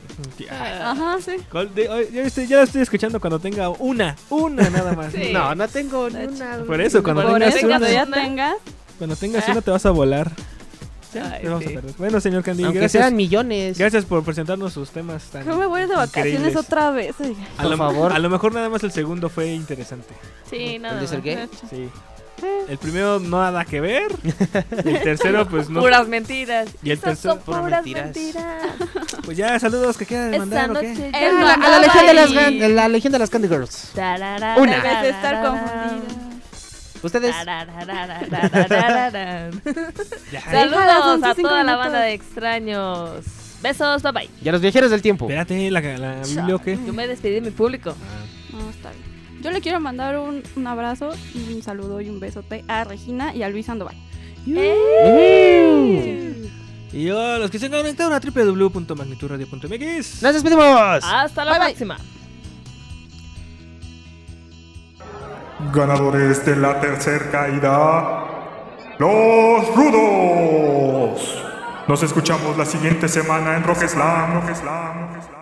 Speaker 3: Ajá, sí.
Speaker 4: Col- de- ay, ya, estoy, ya la estoy escuchando cuando tenga una, una nada más.
Speaker 2: Sí.
Speaker 1: No, no tengo ni una.
Speaker 4: Por eso, cuando
Speaker 3: Por
Speaker 4: tengas
Speaker 3: eso
Speaker 4: una,
Speaker 3: cuando ya tengas.
Speaker 4: cuando tengas una te vas a volar.
Speaker 2: Ay,
Speaker 4: Te vamos a
Speaker 2: sí.
Speaker 4: perder. Bueno, señor Candy,
Speaker 1: Aunque
Speaker 4: gracias.
Speaker 1: sean millones.
Speaker 4: Gracias por presentarnos sus temas tan
Speaker 3: Yo me voy de vacaciones
Speaker 4: increíbles.
Speaker 3: otra vez. oiga.
Speaker 4: A
Speaker 1: Por
Speaker 4: lo,
Speaker 1: favor.
Speaker 4: A lo mejor nada más el segundo fue interesante.
Speaker 2: Sí, nada.
Speaker 1: ¿El de ser
Speaker 2: más.
Speaker 1: gay?
Speaker 4: Sí. El primero no nada que ver. El tercero pues no.
Speaker 2: Puras mentiras.
Speaker 4: Y el
Speaker 2: Esas
Speaker 4: tercero
Speaker 2: son
Speaker 4: puras
Speaker 2: puras
Speaker 1: mentiras.
Speaker 2: mentiras.
Speaker 4: Pues ya saludos que quieran
Speaker 2: Esta
Speaker 4: mandar o qué.
Speaker 2: noche
Speaker 1: A la, a la legión de las, gan- de la legión de las Candy Girls.
Speaker 2: Tarara,
Speaker 1: Una.
Speaker 2: tarara,
Speaker 3: Debes de estar
Speaker 2: tarara,
Speaker 3: confundida.
Speaker 1: Ustedes.
Speaker 2: tarara, tarara, tarara.
Speaker 4: Ya, eh.
Speaker 3: Déjala, son
Speaker 2: Saludos
Speaker 3: sus
Speaker 2: a
Speaker 3: cinco
Speaker 2: toda la
Speaker 3: minutos.
Speaker 2: banda de extraños. Besos, bye bye.
Speaker 1: Y a los viajeros del tiempo.
Speaker 4: Espérate, la, la biblio qué.
Speaker 2: Yo me despedí de mi público.
Speaker 3: No, está bien. Yo le quiero mandar un, un abrazo, y un saludo y un besote a Regina y a Luis Sandoval. ¡Eh!
Speaker 4: Y yo, los que se han conectado a www.magnitudradio.mx.
Speaker 1: Nos despedimos.
Speaker 2: Hasta la
Speaker 1: Bye, bye.
Speaker 2: próxima.
Speaker 12: Ganadores de la tercera caída, los rudos. Nos escuchamos la siguiente semana en Rock Slam, Rock Slam, Rock Slam.